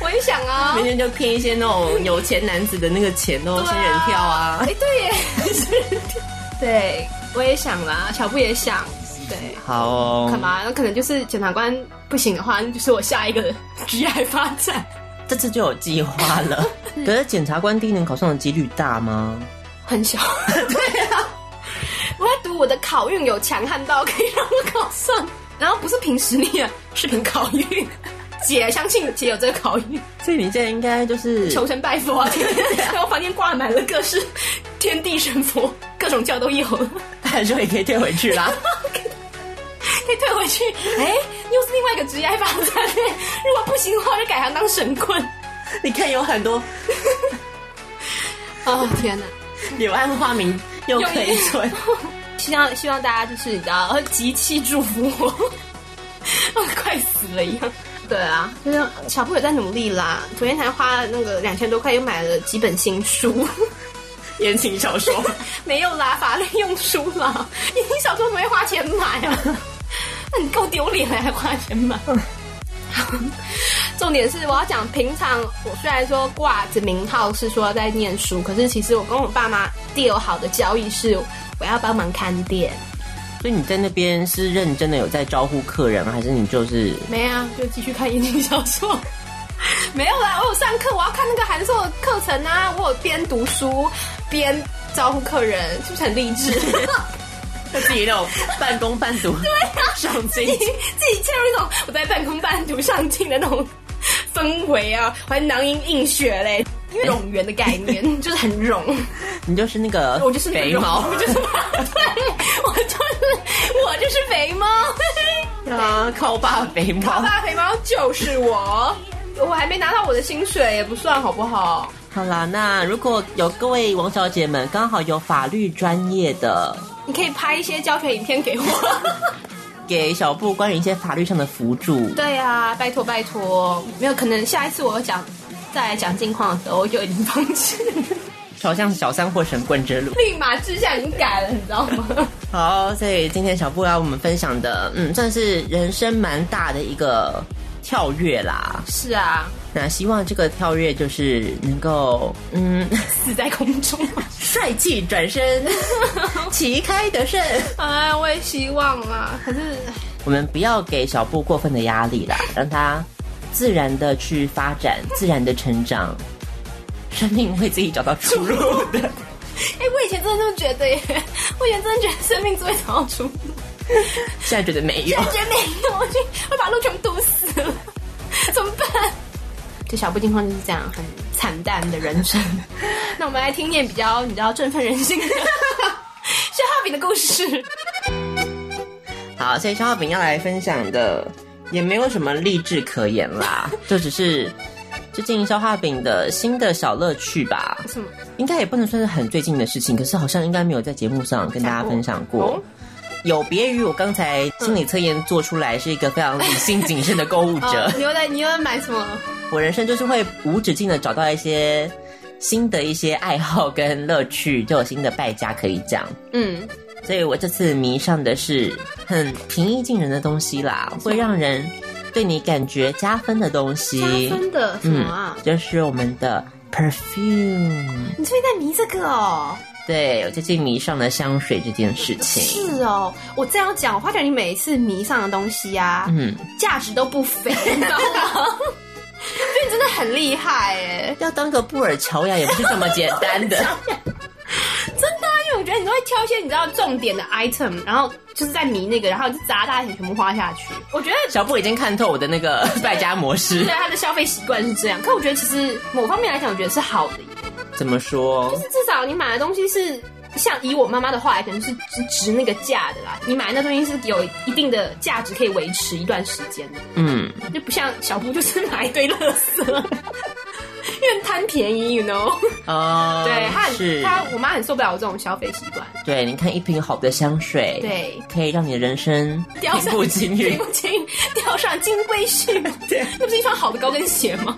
E: 我也想啊，
F: 明天就骗一些那种有钱男子的那个钱哦，仙人跳啊
E: 哎、。对耶，仙 (laughs) 人跳。对，我也想啦，小布也想。对，
F: 好
E: 干
F: 哦，
E: 嘛？那可能就是检察官不行的话，那就是我下一个职业发展。
F: 这次就有计划
E: (laughs)
F: 了。
E: 嗯
F: 可是检察官第一年考上的几率大吗？
E: 很小， (laughs) 对啊，我在读我的考运有强悍到可以让我考上，然后不是凭实力啊，是凭考运。姐相信姐有这个考运，
F: 所以你现在应该就是
E: 求神拜 (laughs) 佛啊！在我房间挂满了各式天地神佛，各种教都有 (laughs) 了。
F: (laughs) 还说也可以退回去
E: (laughs)
F: 啦。
E: 可以退回去。哎、又是另外一个职业发展、如果不行的话，就改行当神棍。
F: 你看有很多
E: 哦天哪！
F: 柳暗花明又可以春。
E: (laughs) 希望希望大家就是你知道，集气祝福 (laughs) 我，我快死了一样。对啊，就是小布也在努力啦。昨天才花了那个两千多块，又买了几本新 (laughs) 书。
F: 言情小说，
E: (laughs) 没有啦，法律用书啦， (laughs) 你你小时候怎么会花钱买 (laughs) 啊？那你够丢脸了，还花钱买。重点是我要讲，平常我虽然说挂着名号是说在念书，可是其实我跟我爸妈 deal 好的交易是我要帮忙看店。
F: 所以你在那边是认真的有在招呼客人吗，还是你就是
E: 没啊，就继续看言情小说。 (laughs) 没有啦，我有上课，我要看那个函授的课程啊，我有边读书边招呼客人，是不是很励志？
F: 就自己那种半工半读
E: 啊
F: 上
E: (laughs) (laughs) 自己自己陷入一种我在半工半读上进的那种氛围啊，我还囊萤映雪嘞，因为 (laughs) 冗员的概念 (laughs) 就是很冗，
F: 你就是那个
E: 我就是那个
F: 肥
E: 冗
F: 猫，
E: 我 (laughs) 就是对，我就是我就是肥猫，
F: 啊，靠爸肥
E: 靠 (laughs)
F: 猫。
E: 爸哦肥猫就是我，我还没拿到我的薪水也不算好不好？
F: 好啦，那如果有各位王小姐们刚好有法律专业的，
E: 你可以拍一些教学影片给我。 (laughs)
F: 给小布关于一些法律上的辅助。
E: 对啊，拜托拜托，没有可能下一次我讲再来讲近况的时候，我就已经放弃了， (laughs)
F: 朝向小三或神棍之路。
E: 立马志向已经改了，你知道吗？
F: 好，所以今天小布要我们分享的，嗯，算是人生蛮大的一个跳跃啦。
E: (laughs) 是啊，
F: 那希望这个跳跃就是能够，嗯，
E: 死在空中。啊
F: 帅气转身， (laughs) 旗开得胜。
E: (laughs) 哎，我也希望啊，可是
F: 我们不要给小布过分的压力啦，让他自然的去发展，自然的成长，生命会自己找到出路 (laughs) 的。
E: 哎、我以前真的这么觉得耶，我以前真的觉得生命只会找到出路，
F: 现在觉得没有
E: 但，觉得没有，我就我把路全部堵死了，怎么办？就小布近况就是这样，很惨淡的人生。那我们来听念比较你知道振奋人心的 (laughs) 薛浩炳的故事。
F: 好，所以肖浩炳要来分享的也没有什么励志可言
E: (laughs)
F: 啦，就只是最近肖浩炳的新的小乐趣吧。
E: 什么？
F: 应该也不能算是很最近的事情，可是好像应该没有在节目上跟大家分享过。
E: 哦
F: 有别于我刚才心理测验做出来是一个非常理性谨慎的购物者，
E: 哦你又在你又在买什么？
F: (laughs) 我人生就是会无止境的找到一些新的一些爱好跟乐趣，就有新的败家可以讲。
E: 嗯，
F: 所以我这次迷上的是很平易近人的东西啦，会让人对你感觉加分的东西。嗯
E: 真的什么啊？
F: 就是我们的 perfume。
E: 你最近在迷这个哦？
F: 对我最近迷上了香水这件事情。
E: 是哦，我这样讲，我发觉你每一次迷上的东西啊，
F: 嗯，
E: 价值都不 (laughs) 菲，你知道吗？所以你真的很厉害哎，
F: 要当个布尔乔亚也不是这么简单的。
E: 真的啊、因为我觉得你都会挑一些你知道重点的 item，然后就是在迷那个，然后就砸大钱全部花下去。我觉得
F: (laughs) 小布已经看透我的那个败家模式
E: 对，他的消费习惯是这样，可我觉得其实某方面来讲，我觉得是好的，
F: (laughs) 怎么说？
E: 就是至少你买的东西是。像以我妈妈的话来讲，就是值值那个价的啦。你买的那东西是有一定的价值，可以维持一段时间的。
F: 嗯，
E: 就不像小布就是买一堆垃圾， (laughs) 因为贪便宜，you know？、
F: 哦，
E: 对，他很
F: 是，
E: 他我妈很受不了我这种消费习惯，
F: 对，你看一瓶好的香水，，
E: 对，
F: 可以让你的人生
E: 掉
F: 平
E: 上
F: 步青云 (laughs)
E: 平。步青云，掉上金龟婿，那不是一双好的高跟鞋吗？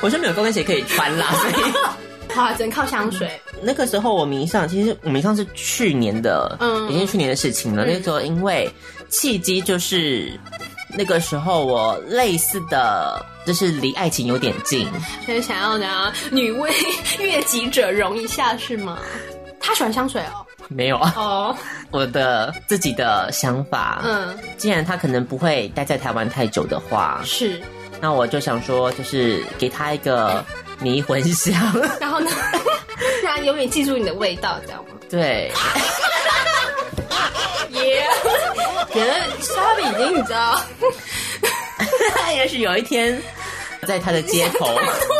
F: 我是没有高跟鞋可以穿啦，所以
E: 好、啊，只能靠香水。
F: 那个时候我迷上，其实我迷上是去年的，
E: 嗯
F: 已经是去年的事情了。那个时候因为契机就是那个时候我类似的，就是离爱情有点近，
E: 就是想要拿女 (laughs) 为悦己者容一下是吗？他喜欢香水哦，
F: 没有啊，
E: 哦，
F: 我的自己的想法。
E: 嗯，
F: 既然他可能不会待在台湾太久的话，
E: 是。
F: 那我就想说，就是给他一个迷魂 (laughs) 香，
E: 然后 (laughs) 呢，让他永远记住你的味道，这样吗？
F: 对，
E: 耶、 (laughs) 觉得沙比已经你知道。
F: (laughs) 也许有一天，在他的街头，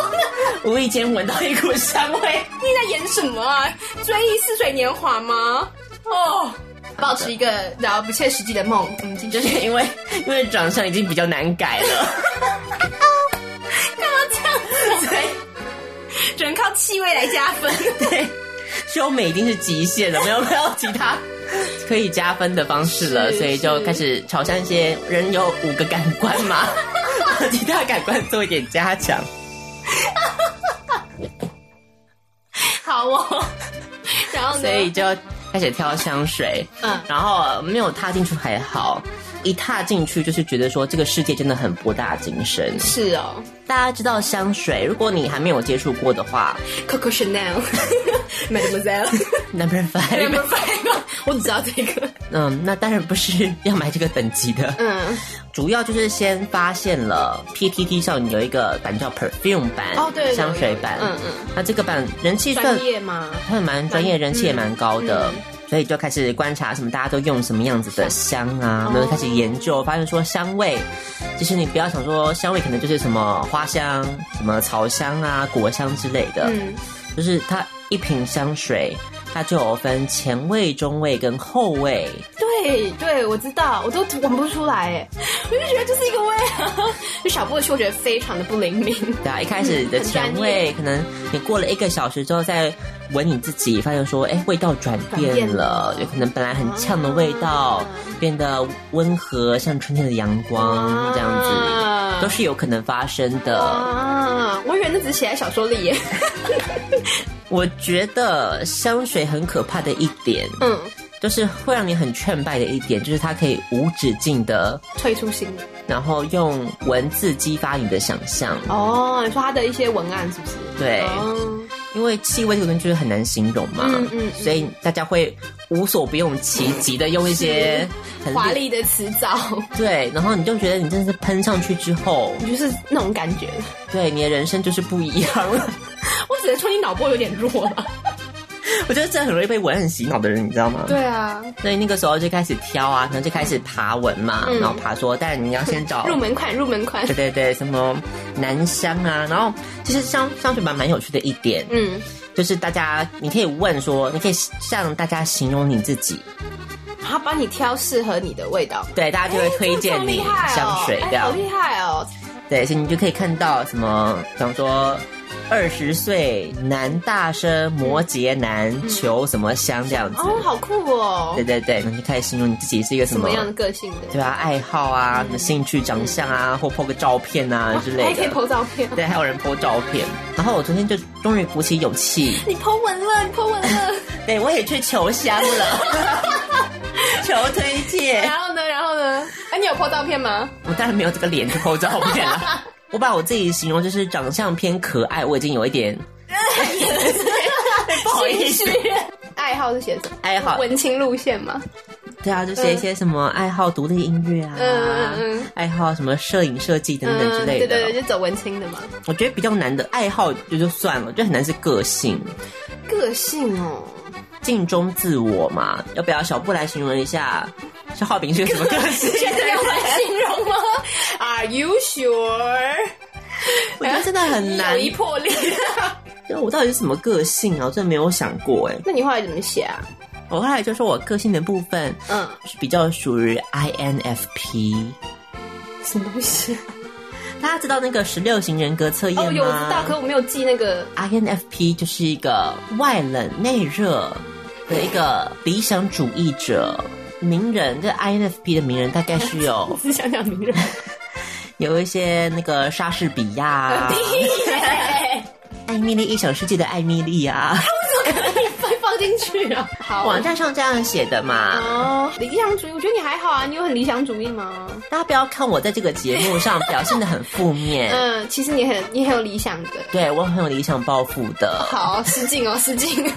F: (laughs) 无意间闻到一股香味。
E: 你在演什么啊？追忆似水年华吗？哦，保持一个然后不切实际的梦，我们今
F: 就是因为因为长相已经比较难改了，
E: (laughs) 干嘛这样子？啊只能靠气味来加分。
F: 对，修美已经是极限了，没有没有其他可以加分的方式了，
E: 是
F: 所以就是开始朝向一些人有五个感官嘛， (laughs) 其他感官做一点加强。
E: 好哦，然后呢
F: 所？以就开始挑香水，
E: 嗯
F: 然后没有踏进去还好，一踏进去就是觉得说这个世界真的很博大精深。
E: 是哦
F: 大家知道香水，如果你还没有接触过的话
E: ，Coco (laughs) Chanel，Mademoiselle， (laughs)
F: ，Number Five，
E: Number (laughs) Five，我只知道这个。
F: 嗯，那当然不是要买这个等级的，
E: 嗯，
F: 主要就是先发现了 PTT 上有一个版叫 Perfume 版，
E: 哦对有
F: 香水版，
E: 有有嗯嗯，
F: 那这个版人气算
E: 专业吗？
F: 它也蛮专业，人气也蛮高的。
E: 嗯
F: 所以就开始观察什么大家都用什么样子的香啊，
E: 哦
F: 然后开始研究，发现说香味，其实你不要想说香味可能就是什么花香、什么草香啊、果香之类的，
E: 嗯，
F: 就是它一瓶香水，它就有分前味、中味跟后味。
E: 对对，我知道，我都闻不出来 (laughs) 哎，我就觉得就是一个味啊。就小布的嗅觉非常的不灵敏，
F: 对啊，一开始的
E: 嗯很
F: 前
E: 专
F: 味
E: 业，
F: 可能你过了一个小时之后再闻你自己，发现说，哎，味道转
E: 转
F: 变
E: 变
F: 了
E: 了，
F: 有可能本来很呛的味道变得温和，像春天的阳光这样子，
E: 啊
F: 都是有可能发生的。
E: 啊，我以为那只是写在小说里耶。
F: 我觉得香水很可怕的一点，
E: (laughs) 嗯，
F: 就是会让你很劝败的一点，就是它可以无止境的，
E: 退出新的
F: 然后用文字激发你的想象。
E: 哦，你说他的一些文案是不是？
F: 对，
E: 哦，
F: 因为气味这个东西就是很难形容嘛，
E: 嗯嗯嗯
F: 所以大家会无所不用其极的用一些很
E: 华丽的词藻，
F: 对，然后你就觉得你真的是喷上去之后，
E: 你 (laughs) 就是那种感觉。
F: 对你的人生就是不一样了。 (laughs)
E: 我只能说你脑波有点弱啊了。
F: 我觉得这很容易被文案洗脑的人，你知道吗？，
E: 啊，
F: 所以那个时候就开始挑啊，可能就开始爬文嘛，
E: 嗯
F: 然后爬说，但你要先找
E: 入门款，入门款
F: (laughs) 对。对对，什么男香啊，然后其实香香水蛮蛮有趣的一点，
E: 嗯，
F: 就是大家你可以问说，你可以向大家形容你自己，
E: 他帮你挑适合你的味道。
F: 对，大家就会推荐你
E: 哎这么厉害哦
F: 香水这
E: 哎好
F: 样。
E: 厉害哦！
F: 对，所以你就可以看到什么，比方说二十岁男大生摩羯男求什么香这样子。
E: 嗯哦，好酷哦
F: 对！对对，你就开始形容你自己是一个什
E: 什
F: 么
E: 么样的个性的？
F: 对啊，爱好啊，什么兴趣、长相啊，或 po 个照片啊之类
E: 哦还可以
F: 的。
E: 剖照片。
F: 对，还有人 po 照片。然后我昨天就终于鼓起勇气，
E: 你剖稳了，你剖稳了。
F: 对我也去求香了， (laughs) 求推荐。
E: 然后呢？然后呢？哎，你有剖照片吗？
F: 我当然没有这个脸去拍照片
E: (laughs)
F: 了。我把我自己形容就是长相偏可爱，我已经有一点 (laughs) 不好意思。啊
E: 爱好是写什么？
F: 爱好
E: 文青路线嘛。
F: 对啊，就写一些什么爱好独立音乐啊，
E: 嗯嗯嗯
F: 爱好什么摄影设计等等之
E: 嗯，
F: 类的。
E: 对对对，就走文青的嘛。
F: 我觉得比较难的爱好也就算了，就很难是个性，
E: 个性哦，
F: 镜中自我嘛。要不要小布来形容一下？小浩饼是个什么个性？
E: (laughs) 现在
F: (laughs)
E: 要来形容吗？Are you sure？
F: 我觉得真的很难
E: 友。谊
F: (laughs)
E: 破裂。
F: 对我到底是什么个性啊？我真的没有想过哎。
E: 那你后来怎么写啊？
F: 我后来就说我个性的部分，
E: 嗯，
F: 比较属于 INFP。
E: 什么东
F: 啊
E: 西？
F: 大家知道那个十六型人格测验吗？
E: 哦，有我知
F: 哎
E: 道，可我没有记那个。
F: INFP 就是一个外冷内热的一个理想主义者。名人，这 INFP 的名人大概是
E: (laughs)
F: 有
E: 只想想名
F: (laughs)
E: 人，
F: 有一些那个莎士比亚
E: (laughs)
F: 啊、艾米丽异想世界的艾米丽啊，
E: 放 (laughs) 放进去啊。好，
F: 网站上这样啊写的嘛。
E: 哦，理想主义，我觉得你还好啊，你有很理想主义吗？
F: 大家不要看我在这个节目上表现的很负面，
E: (laughs) 嗯，其实你很你很有理想的。
F: 对我很有理想抱负的。
E: 好，失敬哦，失敬。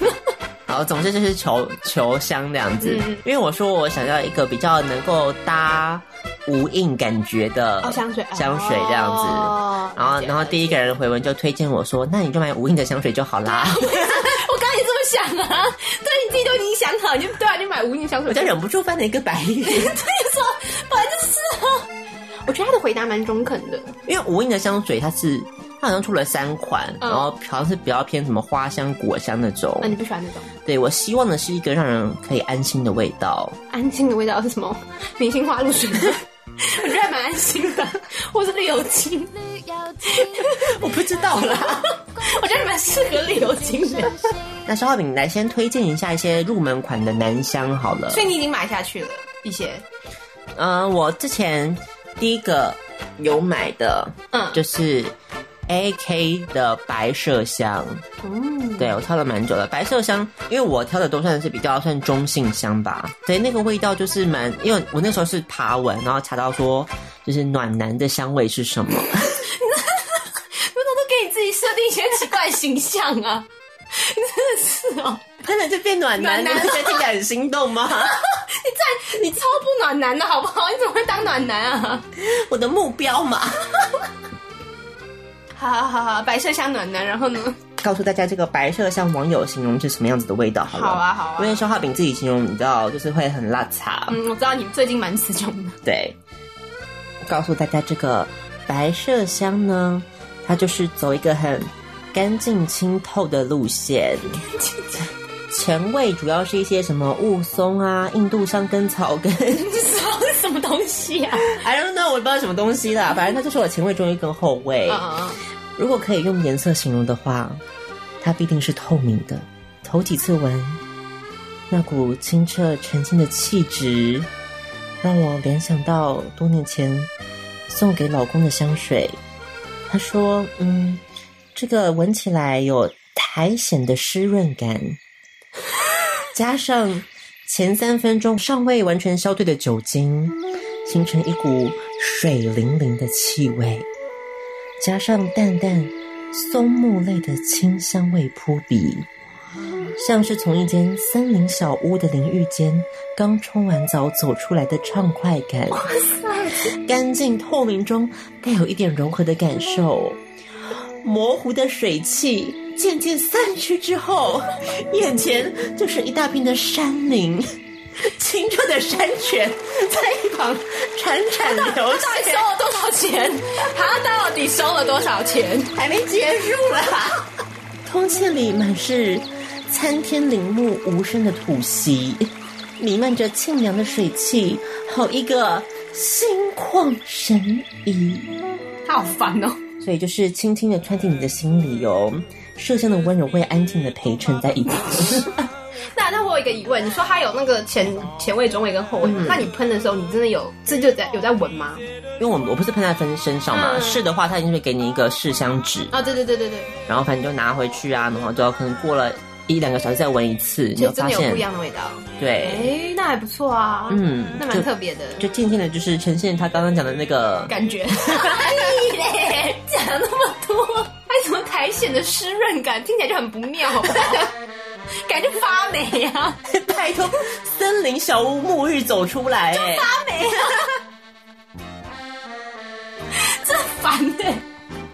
F: 好，总之就是求求香这样子，
E: 嗯
F: 因为我说我想要一个比较能够搭无印感觉的
E: (laughs) 哦，香水，
F: (laughs)
E: 哦
F: 香水这样子。
E: 哦
F: 然后，
E: 了解
F: 然后第一个人回文就推荐我说：“那你就买无印的香水就好啦。
E: (laughs) 我刚刚也这么想啊，对你自己都已经想好，你就对啊，你买无印香”水。
F: (laughs) 我就
E: (laughs)
F: 忍不住翻了一个白眼，
E: 你说，本来就是啊。我觉得他的回答蛮中肯的，
F: 因为无印的香水它是它好像出了三款，
E: 嗯
F: 然后好像是比较偏什么花香、果香那种。
E: 哦那、你不喜欢那种
F: 对我希望的是一个让人可以安心的味
E: (laughs)
F: 道。
E: 安心的味道是什么？ (laughs) 明星花
F: (laughs)
E: 露水吗？我觉得还蛮安心的，或是绿油 (laughs) 精，
F: 我不知道啦。
E: 我觉得你蛮适合绿油精的。
F: 那肖浩饼，你来先推荐一下一些入门款的男香好了。
E: 所以你已经买下去了一些，
F: 嗯，我之前第一个有买的，
E: 嗯
F: 就是 A K 的白麝香。嗯，对我挑了蛮久的白麝香，因为我挑的都算是比较算中性香吧。对，那个味道就是蛮，因为我那时候是爬文，然后查到说就是暖男的香味是什
E: (laughs)
F: 么。
E: 为什么都给你自己设定一些奇怪的形象啊？ (laughs) 你真的是哦，
F: 真的就变暖
E: 暖男
F: 你不觉得听起来很心动吗？
E: 在你超不暖男的好不好？你怎么会当暖男啊？
F: 我的目标嘛。
E: 好好好好，白麝香暖男，然后呢？
F: 告诉大家这个白麝香网友形容是什么样子的味道好了。
E: 好啊好啊
F: 因为消化饼自己形容，你知道，就是会很邋遢。
E: 嗯，我知道你最近蛮词穷 (laughs) 的。
F: 对，告诉大家这个白麝香呢，它就是走一个很干净清透的路 (laughs) 线。前味主要是一些什么雾松啊、印度香根草根
E: 这是什么东西啊？
F: ，I don't know，我也不知道什么东西啦。反正它就是有前味、中味跟后味。
E: 嗯，
F: 如果可以用颜色形容的话，它必定是透明的。头几次闻，那股清澈纯净的气质，让我联想到多年前送给老公的香水。他说：“嗯，这个闻起来有苔藓的湿润感，加上前三分钟尚未完全消退的酒精，形成一股水灵灵的气味。”加上淡淡松木类的清香味扑鼻，像是从一间森林小屋的淋浴间刚冲完澡走出来的畅快感。干净透明中带有一点柔和的感受，模糊的水汽渐渐散去之后，眼前就是一大片的山林。清澈的山泉在一旁潺潺流
E: 到底
F: 下。
E: 收了多少钱？他到底收了多少钱？
F: 还没结束
E: 啊
F: 啦！通气里满是参天林木无声的吐息，弥漫着沁凉的水汽，好一个心旷神怡。
E: 他好烦哦。
F: 所以就是轻轻的穿进你的心里哟、麝香的温柔会安静的陪衬在一旁。
E: 那那我有一个疑问，你说它有那个前前味、中味跟后味，那你喷的时候，你真的有这就在有在闻吗？
F: (laughs) 因为我我不是喷在分身上嘛，
E: 嗯
F: 是的话，它一定会给你一个试香纸，
E: 啊，对对对对对，
F: 然后反正就拿回去啊，然后就要可能过了一两个小时再闻一次，你
E: 所
F: 就
E: 以
F: 发
E: 真的有
F: 现
E: 不一样的味道。
F: 对。
E: 哎，那还不错啊，
F: 嗯
E: 那蛮特别的
F: 就渐渐的，就是呈现他刚刚讲的那个，
E: 感 (laughs) 觉。你嘞，讲那么多，还什么苔藓的湿润感，听起来就很不妙，好不 (laughs) 好？感觉发霉啊，
F: 拜托，森林小屋沐浴走出来、哎，
E: 发霉啊， (laughs) 真烦哎、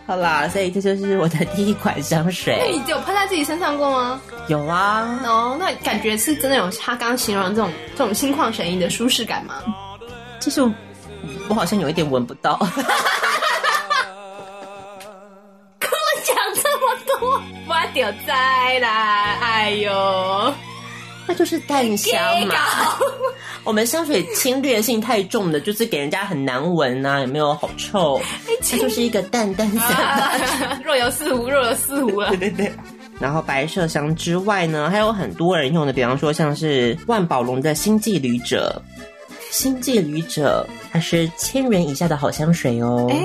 F: 好啦，所以这就是我的第一款香
E: 那 (laughs)
F: 水。
E: 哎你有喷在自己身上过吗？
F: 有啊，
E: 哦，那感觉是真的有他刚形容的这种这种心旷神怡的舒适感吗？
F: 其实我我好像有一点闻不到， (laughs)
E: 跟我讲这么多，我丢灾啦！哎呦，
F: 那就是淡香
E: (laughs)
F: 嘛。我们香水侵略性太重的，就是给人家很难闻呐、啊，有没有好臭？它就是一个淡淡香。
E: (laughs) 若有似无，若有似无啊了
F: 对。对对。然后白麝香之外呢，还有很多人用的，比方说像是万宝龙的星际旅者。星际旅者，它是千元以下的好香水哦。
E: 哎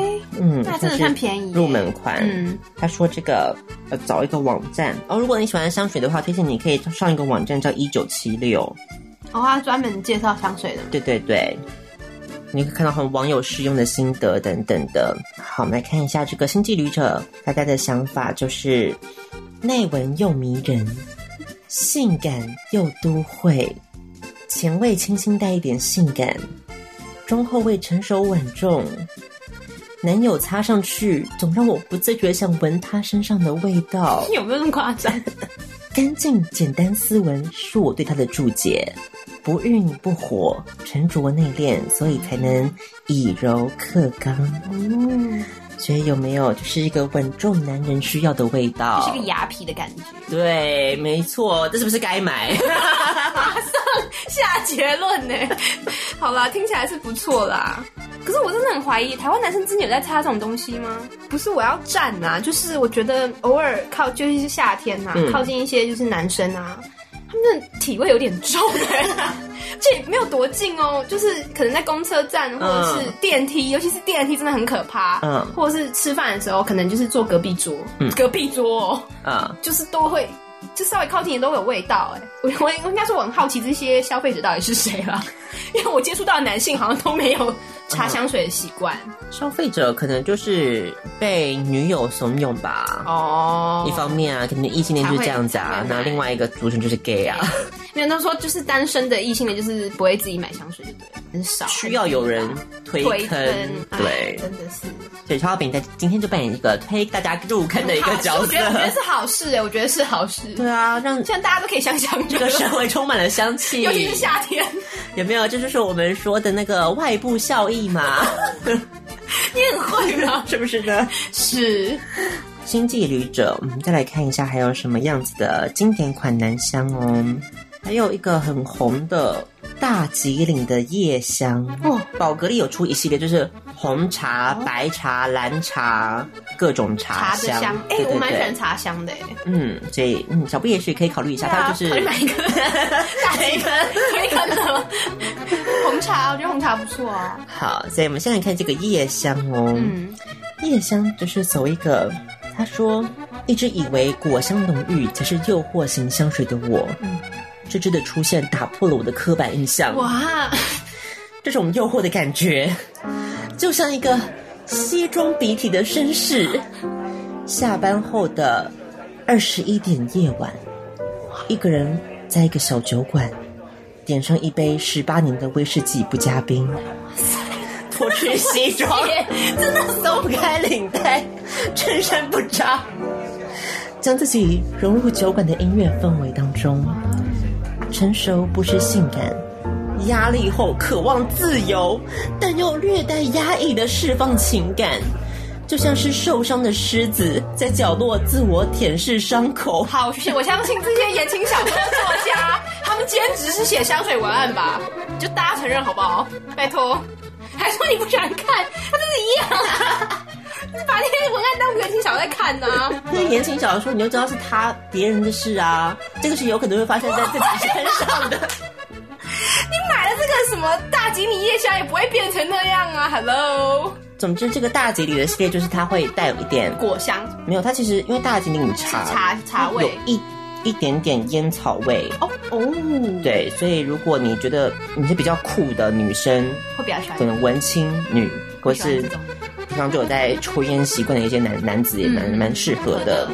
F: 嗯，
E: 那真的算便宜耶
F: 入门款。
E: 嗯，
F: 他说这个呃，找一个网站哦。如果你喜欢香水的话，推荐你可以上一个网站叫一九七六。
E: (laughs) 哦，他专门介绍香水的。
F: 对对对，你可以看到很网友试用的心得等等的。好，我们来看一下这个星际旅者，大家的想法就是内文又迷人，性感又都会，前味清新带一点性感，中后味成熟稳重。男友擦上去，总让我不自觉想闻他身上的味道。
E: 有没有那么夸张？
F: 干净简单斯文是我对他的注解，不愠不火，沉着内敛，所以才能以柔克刚。
E: 嗯
F: 所以有没有就是一个稳重男人需要的味道？
E: 是个雅痞的感觉。 (laughs)
F: 对，没错，这是不是该买？ (laughs)
E: 马上下结论呢。好啦，听起来是不错啦。可是我真的很怀疑，台湾男生真的有在擦这种东西吗？不是我要站啊，就是我觉得偶尔靠，尤其是夏天呐、啊，
F: 嗯
E: 靠近一些就是男生啊，他们的体味有点重哎、 (laughs) 这也没有多近哦，就是可能在公车站或者是电梯，尤其是电梯真的很可怕。
F: 嗯
E: 或者是吃饭的时候，可能就是坐隔壁桌，
F: 嗯
E: 隔壁桌、哦。
F: 啊，
E: 就是都会，就稍微靠近也都会有味道、哎，我我我应该说我很好奇这些消费者到底是谁啦， (laughs) 因为我接触到的男性好像都没有擦香水的习惯
F: 消费者可能就是被女友怂恿吧。
E: 哦
F: 一方面啊，可能异性恋就是这样子
E: 才
F: 啊
E: 会，买
F: 那另外一个族群就是 gay 啊，
E: (laughs) 没有，那说就是单身的异性恋，就是不会自己买香水，就对了，很少
F: 需要有人推
E: 推
F: 坑
E: 坑，，哎
F: 对，
E: 真的是。
F: 所以超饼在今天就扮演一个推大家入坑的一个角
E: 好我
F: 色
E: 觉。得我觉得是好事哎、我觉得是好事。
F: (laughs) 对啊，让
E: 现在大家都可以想想
F: 这个
E: (laughs)
F: 社会充满了香气，
E: 尤其是夏天，
F: 有没有？这就是我们说的那个外部效益嘛， (laughs)
E: 你很会吗？
F: 是不是呢？ (laughs)
E: 是，
F: 星际旅者，我们再来看一下还有什么样子的经典款男香哦。还有一个很红的大吉岭的夜香，哦，宝格丽有出一系列，就是红茶、白茶、蓝茶各种茶
E: 哦茶的
F: 香。
E: 香，哎、
F: 对对
E: 我蛮喜欢
F: 对
E: 茶香的、哎。
F: 嗯，所以嗯，小布也许可以考虑一下，
E: 对
F: 它
E: 啊
F: 就是
E: 考虑买一 (laughs) 个大吉坑，可以看的红茶，我觉得红茶不错啊。
F: 好，所以我们现在看这个夜香哦，
E: 嗯，
F: 夜香就是走一个，他说一直以为果香浓郁才是诱惑型香水的我，
E: 嗯
F: 这支的出现打破了我的刻板印象，
E: 哇，
F: 这种诱惑的感觉，就像一个西装笔挺的绅士，下班后的二十一点夜晚，一个人在一个小酒馆，点上一杯十八年的威士忌不加冰，脱去西装，真的松开领带，衬衫不扎，将自己融入酒馆的音乐氛围当中，成熟不失性感。压力后渴望自由，但又略带压抑的释放情感，就像是受伤的狮子在角落自我舔舐伤口。
E: 好，谢谢我相信这些言情小说的作家，他们兼职是写香水文案吧？就大家承认好不好？拜托，还说你不想看，他真是一样啊！ (laughs) 你把那些文案当言情小说在看呢、啊？
F: 那言情小说你就知道是他别人的事啊，这个是有可能会发生在自己身上的。 (laughs)
E: 你买了这个什么大吉米夜宵也不会变成那样啊！Hello，
F: 总之，这个大吉里的系列就是它会带有一点
E: 果香
F: 没有，它其实因为大吉岭茶
E: 是茶茶味
F: 有一一点点烟草味。
E: 哦哦，
F: 对，所以如果你觉得你是比较酷的女生，
E: 会比较喜欢
F: 可。能文青女，或
E: 喜欢
F: 是
E: 这种
F: 平常就有在抽烟习惯的一些男男子，也蛮
E: 嗯
F: 蛮适合的。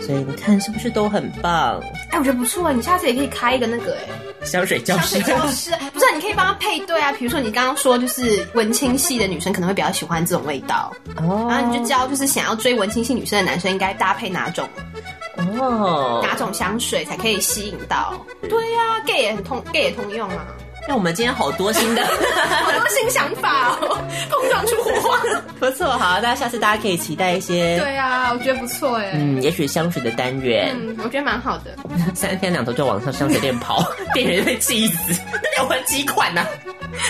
F: 所以你看是不是都很棒？
E: 哎，我觉得不错啊，你下次也可以开一个那个哎。
F: 香水教
E: 香
F: 室
E: 水，教室，不是、啊、你可以帮他配对啊。比如说你刚刚说，就是文青系的女生可能会比较喜欢这种味道，
F: 哦
E: 然后啊你就教就是想要追文青系女生的男生应该搭配哪种、
F: 哦。
E: 哪种香水才可以吸引到。对呀、啊、，gay 也很通，gay 也通用 (laughs) 啊，
F: 那我们今天好多新的，
E: 好多新想法哦，碰撞出火花。
F: (laughs) 不错，好，大家下次大家可以期待一些，
E: (laughs) 对啊，我觉得不错哎。
F: 嗯，也许香水的单元，
E: 嗯，我觉得蛮好的。
F: 三天两头就往上香水店
E: (laughs)
F: 跑，店员会气死，那有分几款呢、啊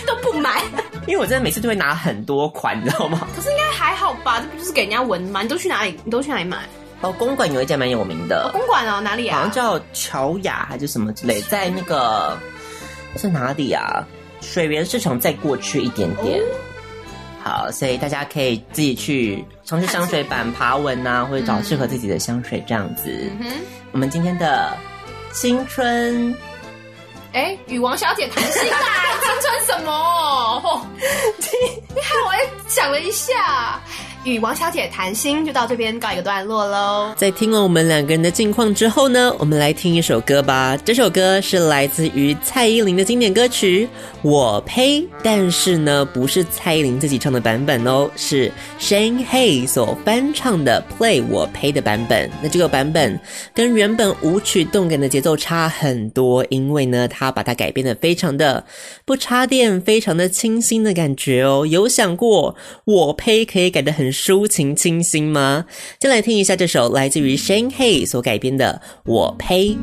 E: 都不买，
F: 因为我真的每次都会拿很多款，你知道吗？
E: 可是应该还好吧？这不就是给人家闻吗？你都去哪里？你都去哪里买？
F: 哦，公馆有一家蛮有名的，
E: 公馆哦，哪里
F: 好
E: 啊
F: 像？叫乔雅还是什么之类，在那
E: 哦
F: 个是哪里啊？水源市场再过去一点点。
E: 哦
F: 好，所以大家可以自己去尝试香水版爬文啊，或者找适合自己的香水这样子。
E: 嗯哼。
F: 我们今天的青春
E: 哎，与王小姐谈心啦，青春什么？ (laughs) 哦、你看，我也想了一下，与王小姐谈心就到这边告一个段落喽。
F: 在听了我们两个人的近况之后呢，我们来听一首歌吧。这首歌是来自于蔡依林的经典歌曲《我呸》，但是呢，不是蔡依林自己唱的版本哦，是 Shane Hay 所翻唱的《Play 我呸》的版本。那这个版本跟原本舞曲动感的节奏差很多，因为呢，他把它改编的非常的不插电，非常的清新的感觉哦。有想过我呸可以改得很抒情清新吗？先来听一下这首来自于 Shane Hay 所改编的《我呸》。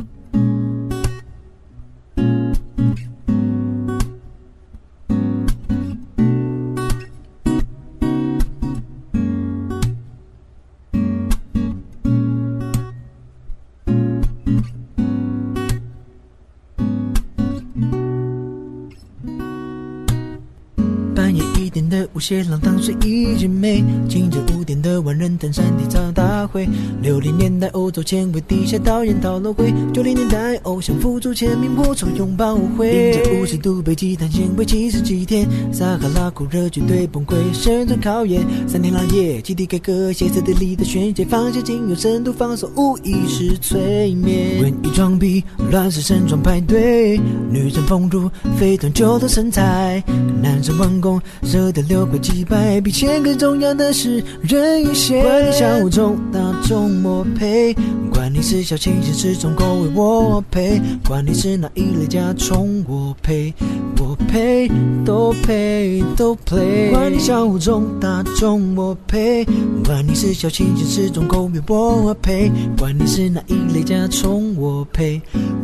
K: 半夜一点的无邪浪荡水一直美，清晨五点的万人登山体操大会。六零年代欧洲前卫地下导演讨论会，九零年代偶像付出签名握手拥抱舞会。零下五十度北极探险为期十几天，撒哈拉酷热绝对崩溃，生存考验。三天两夜集体改革，歇斯底里的宣泄，放下仅有深度放松，无疑是催眠。文艺装逼，乱世盛装派对，女生风度，非短袖的身材，男生弯弓，射得六块几百，比钱更重要的是人与线。管你小众大众抹配，管你是小清新是重口味我配，管你是哪一类家宠我配，我配都配都 play。管你小众大众我配，管你是小清新是重口味我配，管你是哪一类家宠我配，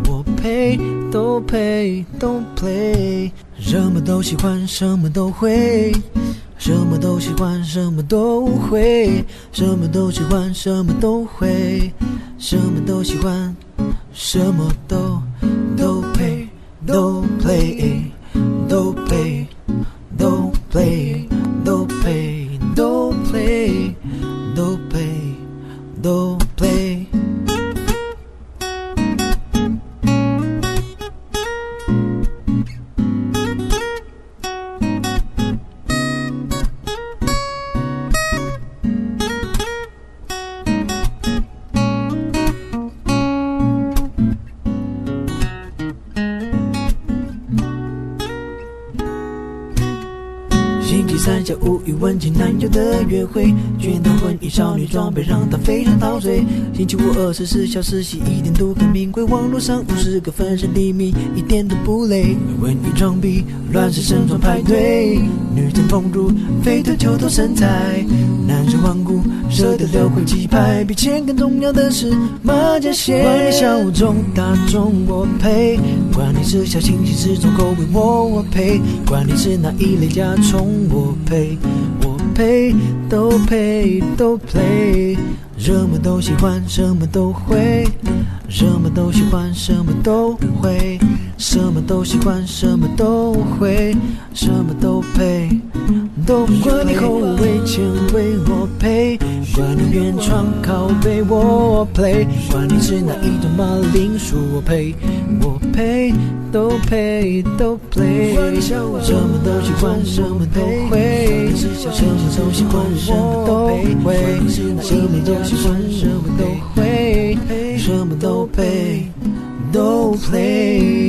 K: 我配都配都 play。什么都喜欢，什么都会。什么都喜欢，什么都会，什么都喜欢，什么都会，什么都喜欢，什么都都配，都 play，都 play，都 play，都 play，都 play，都 play，都 play。星期三下午与文青男友的约会，全套文艺少女装备让她非常陶醉。星期五二十四小时洗一点都很名贵，网络上五十个分身黎明一点都不累。文艺装逼，乱世盛装派对，女生风度，飞短球头身材，男生顽固，射得六块几拍，比钱更重要的是马甲线。管你小众大众我配，管你是小清新是重口味我我配，管你是哪一类家宠我配，我配都配都 play，什么都喜欢什么都会，什么都喜欢什么都会，什么都喜欢什么都会，什么都配。都管你后卫前卫我配，管你原创拷贝我 play，管你是哪一种马铃薯我配，我配都配都 play，什么都喜欢什么都会，什么都喜欢什么都会，什么都喜欢什么都会，什么都配都 play。